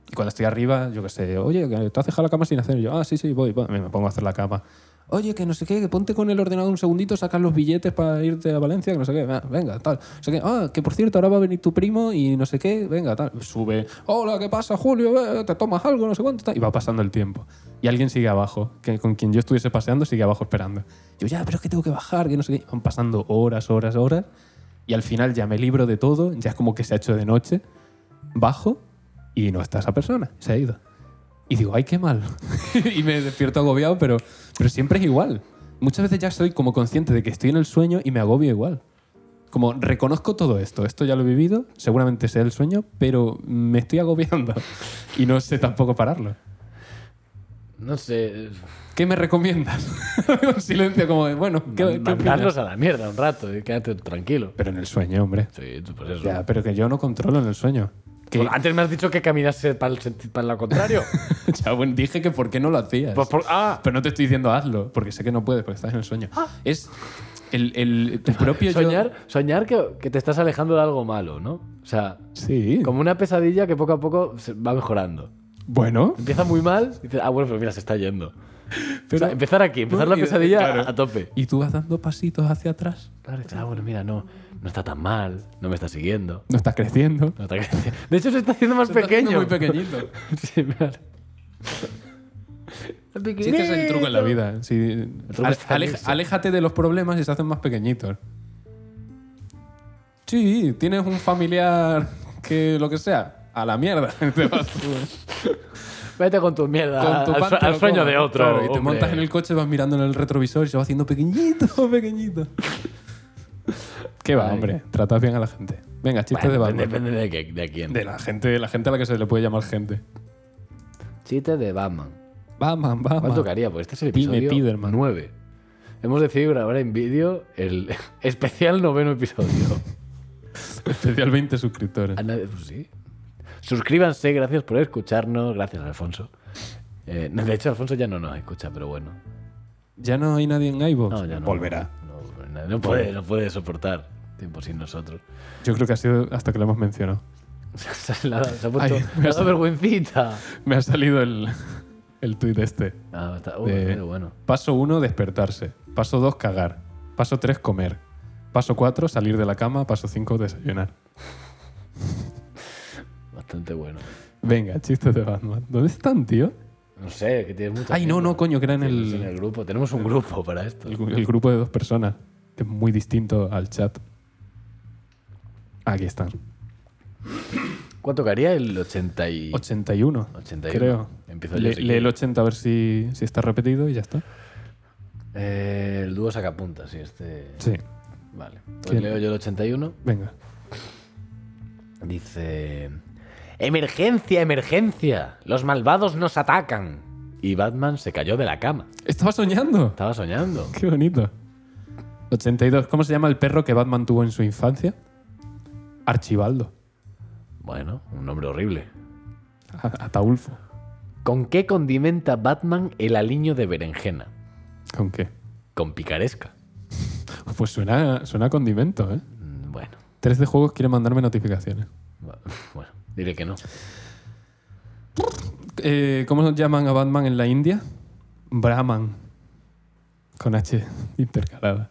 Speaker 2: y cuando estoy arriba, yo qué sé, oye, que te has dejado la cama sin hacer. Y yo, ah, sí, sí, voy, va. me pongo a hacer la cama. Oye, que no sé qué, que ponte con el ordenador un segundito, sacas los billetes para irte a Valencia, que no sé qué, va, venga, tal. O sea que, ah, que por cierto, ahora va a venir tu primo y no sé qué, venga, tal. Sube, hola, ¿qué pasa, Julio? Eh, ¿Te tomas algo? No sé cuánto, tal. Y va pasando el tiempo. Y alguien sigue abajo, que con quien yo estuviese paseando, sigue abajo esperando. Yo, ya, pero es que tengo que bajar, que no sé qué. Van pasando horas, horas, horas. Y al final ya me libro de todo, ya es como que se ha hecho de noche bajo y no está esa persona, se ha ido. Y digo, ay, qué mal. [LAUGHS] y me despierto agobiado, pero, pero siempre es igual. Muchas veces ya soy como consciente de que estoy en el sueño y me agobio igual. Como reconozco todo esto, esto ya lo he vivido, seguramente sea el sueño, pero me estoy agobiando y no sé tampoco pararlo.
Speaker 1: No sé.
Speaker 2: ¿Qué me recomiendas? [LAUGHS] Un silencio como de, bueno, ¿qué, qué opinas?
Speaker 1: mandarlos a la mierda un rato y quédate tranquilo.
Speaker 2: Pero en el sueño, hombre.
Speaker 1: Sí, tú, pues eso.
Speaker 2: Ya, pero que yo no controlo en el sueño. Que,
Speaker 1: Pues Antes me has dicho que caminase para el, senti- para el lado [LAUGHS] contrario.
Speaker 2: [LAUGHS] ya, bueno, dije que por qué no lo hacías.
Speaker 1: Pues por- ah,
Speaker 2: Pero no te estoy diciendo hazlo, porque sé que no puedes, porque estás en el sueño. Es el, el- el propio yo-
Speaker 1: soñar, soñar que, que te estás alejando de algo malo, ¿no? O sea,
Speaker 2: Sí.
Speaker 1: como una pesadilla que poco a poco se va mejorando.
Speaker 2: Bueno,
Speaker 1: Empieza muy mal, y dices, ah, bueno, pero mira, se está yendo.
Speaker 2: pero.
Speaker 1: O sea, empezar aquí, empezar la
Speaker 2: Y-
Speaker 1: pesadilla
Speaker 2: claro.
Speaker 1: a, a tope.
Speaker 2: Y tú vas dando pasitos hacia atrás.
Speaker 1: Claro, dices, ah, bueno, mira, no, no está tan mal, no me está siguiendo.
Speaker 2: No estás creciendo.
Speaker 1: no está creciendo. De hecho, se está haciendo más
Speaker 2: Se está haciendo
Speaker 1: [LAUGHS] pequeño.
Speaker 2: Muy pequeñito. [LAUGHS]
Speaker 1: Sí, claro.
Speaker 2: Sí, este es que es el truco en la vida. Sí,
Speaker 1: truco
Speaker 2: ale-
Speaker 1: está en
Speaker 2: aleja-
Speaker 1: irse.
Speaker 2: aléjate de los problemas y se hacen más pequeñitos. Sí, tienes un familiar que lo que sea, a la mierda. [LAUGHS] Te vas tú.
Speaker 1: Vete con tu mierda
Speaker 2: con tu
Speaker 1: al,
Speaker 2: pan
Speaker 1: sue-
Speaker 2: te
Speaker 1: al
Speaker 2: lo
Speaker 1: sueño
Speaker 2: comes.
Speaker 1: de otro.
Speaker 2: Claro, y te
Speaker 1: hombre.
Speaker 2: montas en el coche, vas mirando en el retrovisor y se va haciendo pequeñito, [LAUGHS] pequeñito. ¿Qué va,
Speaker 1: Ay.
Speaker 2: hombre? Tratas bien a la gente. Venga, chistes
Speaker 1: Bueno,
Speaker 2: de Batman.
Speaker 1: depende, depende de, qué- de quién.
Speaker 2: De la gente, de la gente a la que se le puede llamar gente.
Speaker 1: Chiste de Batman.
Speaker 2: Batman, Batman.
Speaker 1: ¿Cuánto tocaría? Pues este es el
Speaker 2: Pime
Speaker 1: episodio
Speaker 2: Piderman.
Speaker 1: 9. Hemos decidido grabar en vídeo el [LAUGHS] especial noveno
Speaker 2: [LAUGHS]
Speaker 1: episodio.
Speaker 2: Especial 20 suscriptores.
Speaker 1: A nadie- pues sí. Suscríbanse, gracias por escucharnos. Gracias, Alfonso. Eh, no, de hecho, Alfonso ya no nos escucha, pero bueno.
Speaker 2: ¿Ya no hay nadie en iVoox?
Speaker 1: No, ya no.
Speaker 2: Volverá.
Speaker 1: No, no, no puede, no puede soportar tiempo sin nosotros.
Speaker 2: Yo creo que ha sido hasta que lo hemos mencionado. [LAUGHS]
Speaker 1: [LAUGHS] se, la- se ha puesto [LAUGHS]
Speaker 2: Ay,
Speaker 1: me ha dado vergüencita.
Speaker 2: Me ha salido el, [LAUGHS] el tuit este.
Speaker 1: Ah, está, uh,
Speaker 2: de-
Speaker 1: pero bueno.
Speaker 2: Paso 1, despertarse. Paso 2, cagar. Paso 3, comer. Paso 4, salir de la cama. Paso 5, desayunar.
Speaker 1: Bastante bueno.
Speaker 2: Venga, chistes de Batman. ¿Dónde están, tío?
Speaker 1: No sé, que tienes mucho.
Speaker 2: Ay, no,
Speaker 1: tiempo.
Speaker 2: no, coño, que era en
Speaker 1: Tienes en
Speaker 2: el,
Speaker 1: el grupo. Tenemos un grupo para esto.
Speaker 2: el, el grupo de dos personas, que es muy distinto al chat. Aquí están.
Speaker 1: ¿Cuánto tocaría el 80 y...
Speaker 2: 81.
Speaker 1: 81.
Speaker 2: Creo.
Speaker 1: Empiezo yo,
Speaker 2: Le-
Speaker 1: si
Speaker 2: lee el
Speaker 1: quieres.
Speaker 2: 80 a ver si, si está repetido y ya está.
Speaker 1: Eh, el dúo sacapuntas, sí, este...
Speaker 2: Sí.
Speaker 1: Vale. Pues
Speaker 2: ¿Quién?
Speaker 1: leo yo el 81.
Speaker 2: Venga.
Speaker 1: Dice... ¡Emergencia, emergencia! Los malvados nos atacan. Y Batman se cayó de la cama.
Speaker 2: Estaba soñando. [LAUGHS]
Speaker 1: Estaba soñando.
Speaker 2: Qué bonito. 82. ¿Cómo se llama el perro que Batman tuvo en su infancia? Archibaldo.
Speaker 1: Bueno, un nombre horrible.
Speaker 2: A- Ataulfo.
Speaker 1: ¿Con qué condimenta Batman el aliño de berenjena?
Speaker 2: ¿Con qué?
Speaker 1: Con picaresca.
Speaker 2: Pues suena, suena a condimento, ¿eh?
Speaker 1: Mm, Bueno.
Speaker 2: 3 de juegos quiere mandarme notificaciones.
Speaker 1: va- [LAUGHS] Bueno, diré que no.
Speaker 2: Eh, ¿Cómo llaman a Batman en la India? Brahman. Con H intercalada.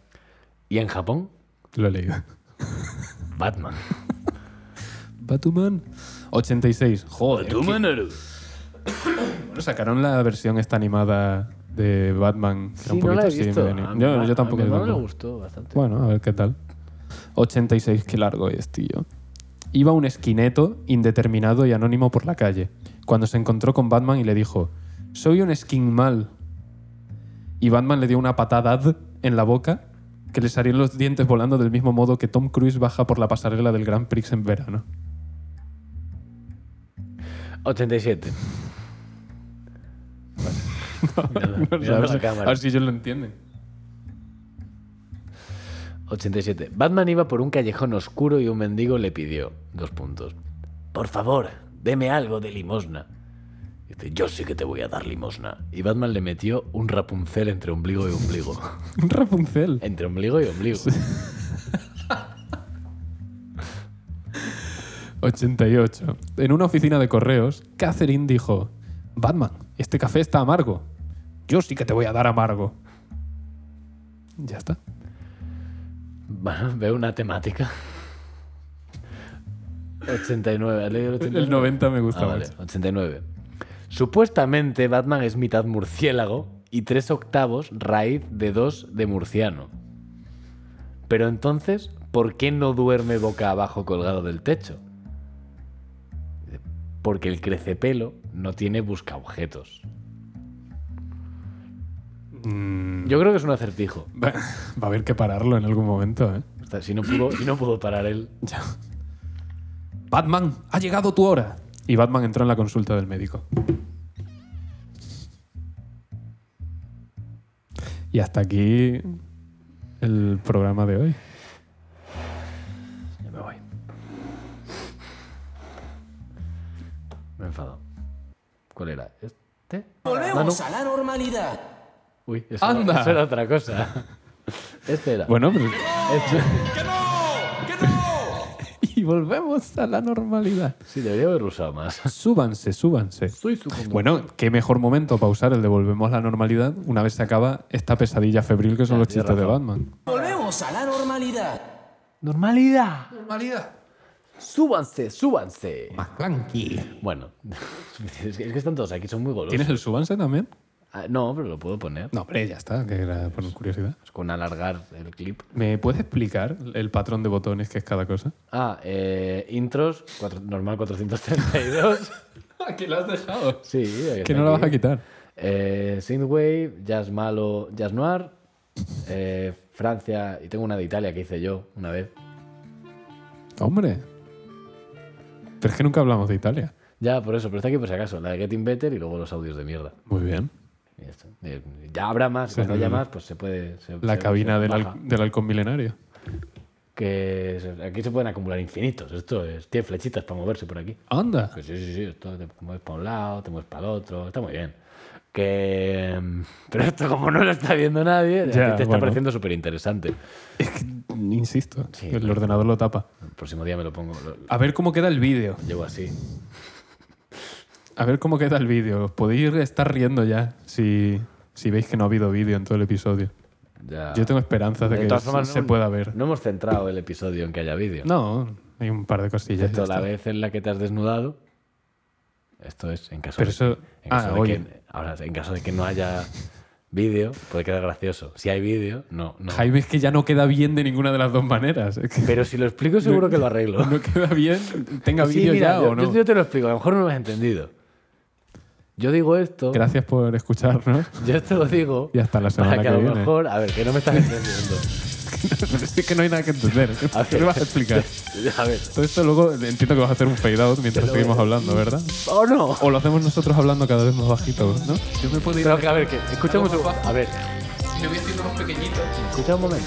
Speaker 1: ¿Y en Japón?
Speaker 2: Lo he leído.
Speaker 1: Batman.
Speaker 2: Batman. 86. Joder. qué- Bueno, sacaron la versión esta animada de Batman. que era
Speaker 1: Sí, no la he
Speaker 2: así,
Speaker 1: visto. Ah, A
Speaker 2: medio anim-
Speaker 1: mi
Speaker 2: Yo,
Speaker 1: ma-
Speaker 2: yo tampoco.
Speaker 1: A mi
Speaker 2: yo
Speaker 1: hermano le
Speaker 2: tampoco.
Speaker 1: gustó bastante.
Speaker 2: Bueno, a ver qué tal. 86, qué largo es, tío. Iba un esquineto indeterminado y anónimo por la calle, cuando se encontró con Batman y le dijo, soy un skin mal. Y Batman le dio una patada en la boca que le salieron los dientes volando del mismo modo que Tom Cruise baja por la pasarela del Grand Prix en verano. [LAUGHS]
Speaker 1: 87. Nada,
Speaker 2: No sé,
Speaker 1: mirando
Speaker 2: a, ver
Speaker 1: la
Speaker 2: si,
Speaker 1: cámara.
Speaker 2: a ver si ellos lo entienden. [LAUGHS]
Speaker 1: 87. Batman iba por un callejón oscuro y un mendigo le pidió dos puntos. Por favor, deme algo de limosna. Dice, yo sí que te voy a dar limosna. Y Batman le metió un rapunzel entre ombligo y ombligo.
Speaker 2: Un Rapunzel.
Speaker 1: entre ombligo y ombligo.
Speaker 2: 88. En una oficina de correos, Catherine dijo, Batman, este café está amargo. Yo sí que te voy a dar amargo. Ya está.
Speaker 1: Bueno, veo una temática. 89. ¿Has leído el 89?
Speaker 2: El 90 me gusta
Speaker 1: Ah, vale,
Speaker 2: mucho.
Speaker 1: 89. Supuestamente Batman es mitad murciélago y tres octavos raíz de dos de murciano. Pero entonces, ¿por qué no duerme boca abajo colgado del techo? Porque el crecepelo no tiene buscaobjetos.
Speaker 2: Mm,
Speaker 1: Yo creo que es un acertijo.
Speaker 2: va, va a haber que pararlo en algún momento, ¿eh?
Speaker 1: O sea, Si no pudo, si no pudo parar él.
Speaker 2: Ya. Batman, ha llegado tu hora. Y Batman entró en la consulta del médico. Y hasta aquí el programa de hoy.
Speaker 1: Ya me voy. Me he enfadado. ¿Cuál era? ¿Este? Ah, no.
Speaker 3: Volvemos a la normalidad.
Speaker 1: Uy, eso,
Speaker 2: ¡Anda!
Speaker 1: Era, eso era otra cosa. Este era.
Speaker 2: Bueno, pero...
Speaker 1: Este-
Speaker 2: [LAUGHS] Y volvemos a la normalidad.
Speaker 1: sí, debería haber usado más.
Speaker 2: Súbanse, súbanse.
Speaker 1: Soy su conductor.
Speaker 2: Bueno, qué mejor momento para usar el de volvemos a la normalidad una vez se acaba esta pesadilla febril que son
Speaker 1: Ya,
Speaker 2: los
Speaker 1: tienes
Speaker 2: chistes de
Speaker 1: razón.
Speaker 2: Batman.
Speaker 3: Volvemos a la normalidad.
Speaker 1: Normalidad. Normalidad. Súbanse, súbanse. Bueno, [LAUGHS] es que, es que están todos aquí, son muy golosos.
Speaker 2: ¿Tienes el súbanse también?
Speaker 1: Ah, no, pero lo puedo poner.
Speaker 2: No, hombre, ya está, que era por curiosidad.
Speaker 1: Es con alargar el clip.
Speaker 2: ¿Me puedes explicar el patrón de botones que es cada cosa?
Speaker 1: Ah, eh, intros, cuatro- normal
Speaker 2: [LAUGHS]
Speaker 1: 432.
Speaker 2: [LAUGHS] Aquí lo has dejado.
Speaker 1: Sí,
Speaker 2: Que no la vas a quitar.
Speaker 1: Eh, Synthwave, Jazz Malo, Jazz Noir, eh, Francia, y tengo una de Italia que hice yo una vez.
Speaker 2: Hombre. Pero es que nunca hablamos de Italia.
Speaker 1: Ya, por eso, pero está aquí por si acaso, la de Getting Better y luego los audios de mierda.
Speaker 2: Muy bien.
Speaker 1: Y ya está. Eh, Ya habrá más, cuando
Speaker 2: Sí.
Speaker 1: haya más, pues se puede. se-
Speaker 2: La
Speaker 1: se-
Speaker 2: cabina
Speaker 1: se
Speaker 2: del,
Speaker 1: baja.
Speaker 2: hal- del halcón milenario.
Speaker 1: Que se- aquí se pueden acumular infinitos. Esto es, tiene flechitas para moverse por aquí.
Speaker 2: Anda.
Speaker 1: Que sí, sí, sí, esto te mueves para un lado, te mueves para el otro, está muy bien. Que. mm, [LAUGHS] Pero esto, como no lo está viendo nadie,
Speaker 2: Ya,
Speaker 1: a ti te está
Speaker 2: bueno.
Speaker 1: pareciendo súper interesante.
Speaker 2: Insisto,
Speaker 1: Sí.
Speaker 2: el ordenador lo tapa.
Speaker 1: El próximo día me lo pongo, lo, lo
Speaker 2: A ver cómo queda el vídeo.
Speaker 1: llevo así.
Speaker 2: A ver cómo queda el vídeo. Os podéis estar riendo ya si, si veis que no ha habido vídeo en todo el episodio.
Speaker 1: Ya.
Speaker 2: Yo tengo esperanzas de, que
Speaker 1: todas
Speaker 2: se-
Speaker 1: formas,
Speaker 2: se
Speaker 1: no-
Speaker 2: pueda ver.
Speaker 1: No hemos centrado el episodio en que haya vídeo.
Speaker 2: No, hay un par de cosillas.
Speaker 1: Excepto
Speaker 2: ya
Speaker 1: la
Speaker 2: está.
Speaker 1: vez en la que te has desnudado. Esto es en caso
Speaker 2: Pero
Speaker 1: de,
Speaker 2: eso-
Speaker 1: en caso
Speaker 2: ah,
Speaker 1: de
Speaker 2: oye.
Speaker 1: que ahora en caso de que no haya vídeo, puede quedar gracioso. Si hay vídeo, no, no.
Speaker 2: Jaime es que ya no queda bien de ninguna de las dos maneras. Es que [LAUGHS]
Speaker 1: Pero si lo explico seguro que lo arreglo.
Speaker 2: no queda bien,
Speaker 1: [LAUGHS]
Speaker 2: tenga
Speaker 1: Sí,
Speaker 2: vídeo
Speaker 1: mira,
Speaker 2: ya
Speaker 1: yo,
Speaker 2: o no.
Speaker 1: yo- yo te lo explico, a lo mejor no lo has entendido. Yo digo esto,
Speaker 2: Gracias por escucharnos. [LAUGHS]
Speaker 1: yo esto lo digo
Speaker 2: Y hasta la semana
Speaker 1: para que a
Speaker 2: que
Speaker 1: lo
Speaker 2: viene.
Speaker 1: mejor, a ver, que no me
Speaker 2: [LAUGHS]
Speaker 1: estás entendiendo.
Speaker 2: es que no hay nada que entender.
Speaker 1: A
Speaker 2: ¿Qué
Speaker 1: ver.
Speaker 2: le vas
Speaker 1: [LAUGHS]
Speaker 2: a explicar?
Speaker 1: A ver,
Speaker 2: Todo esto luego entiendo que vas a hacer un fade out mientras seguimos hablando, ¿verdad?
Speaker 1: o no.
Speaker 2: O lo hacemos nosotros hablando cada vez más bajito, ¿no? Yo me puedo
Speaker 1: Pero que a ver, que escuchamos un A ver,
Speaker 2: Yo voy haciendo más pequeñito.
Speaker 1: escucha un momento.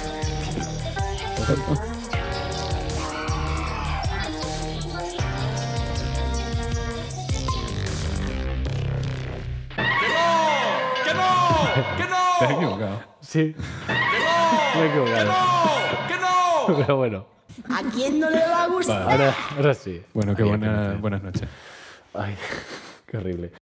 Speaker 4: ¡Que no! ¡Que no!
Speaker 2: Te has equivocado.
Speaker 1: Sí. Me he equivocado.
Speaker 4: ¡Que
Speaker 1: [LAUGHS]
Speaker 4: no!
Speaker 1: Pero bueno,
Speaker 3: ¿A quién no le va a gustar?
Speaker 1: ahora, ahora sí.
Speaker 2: Bueno, qué
Speaker 1: Ay,
Speaker 2: [LAUGHS] buena- buenas noches.
Speaker 1: Ay, qué horrible.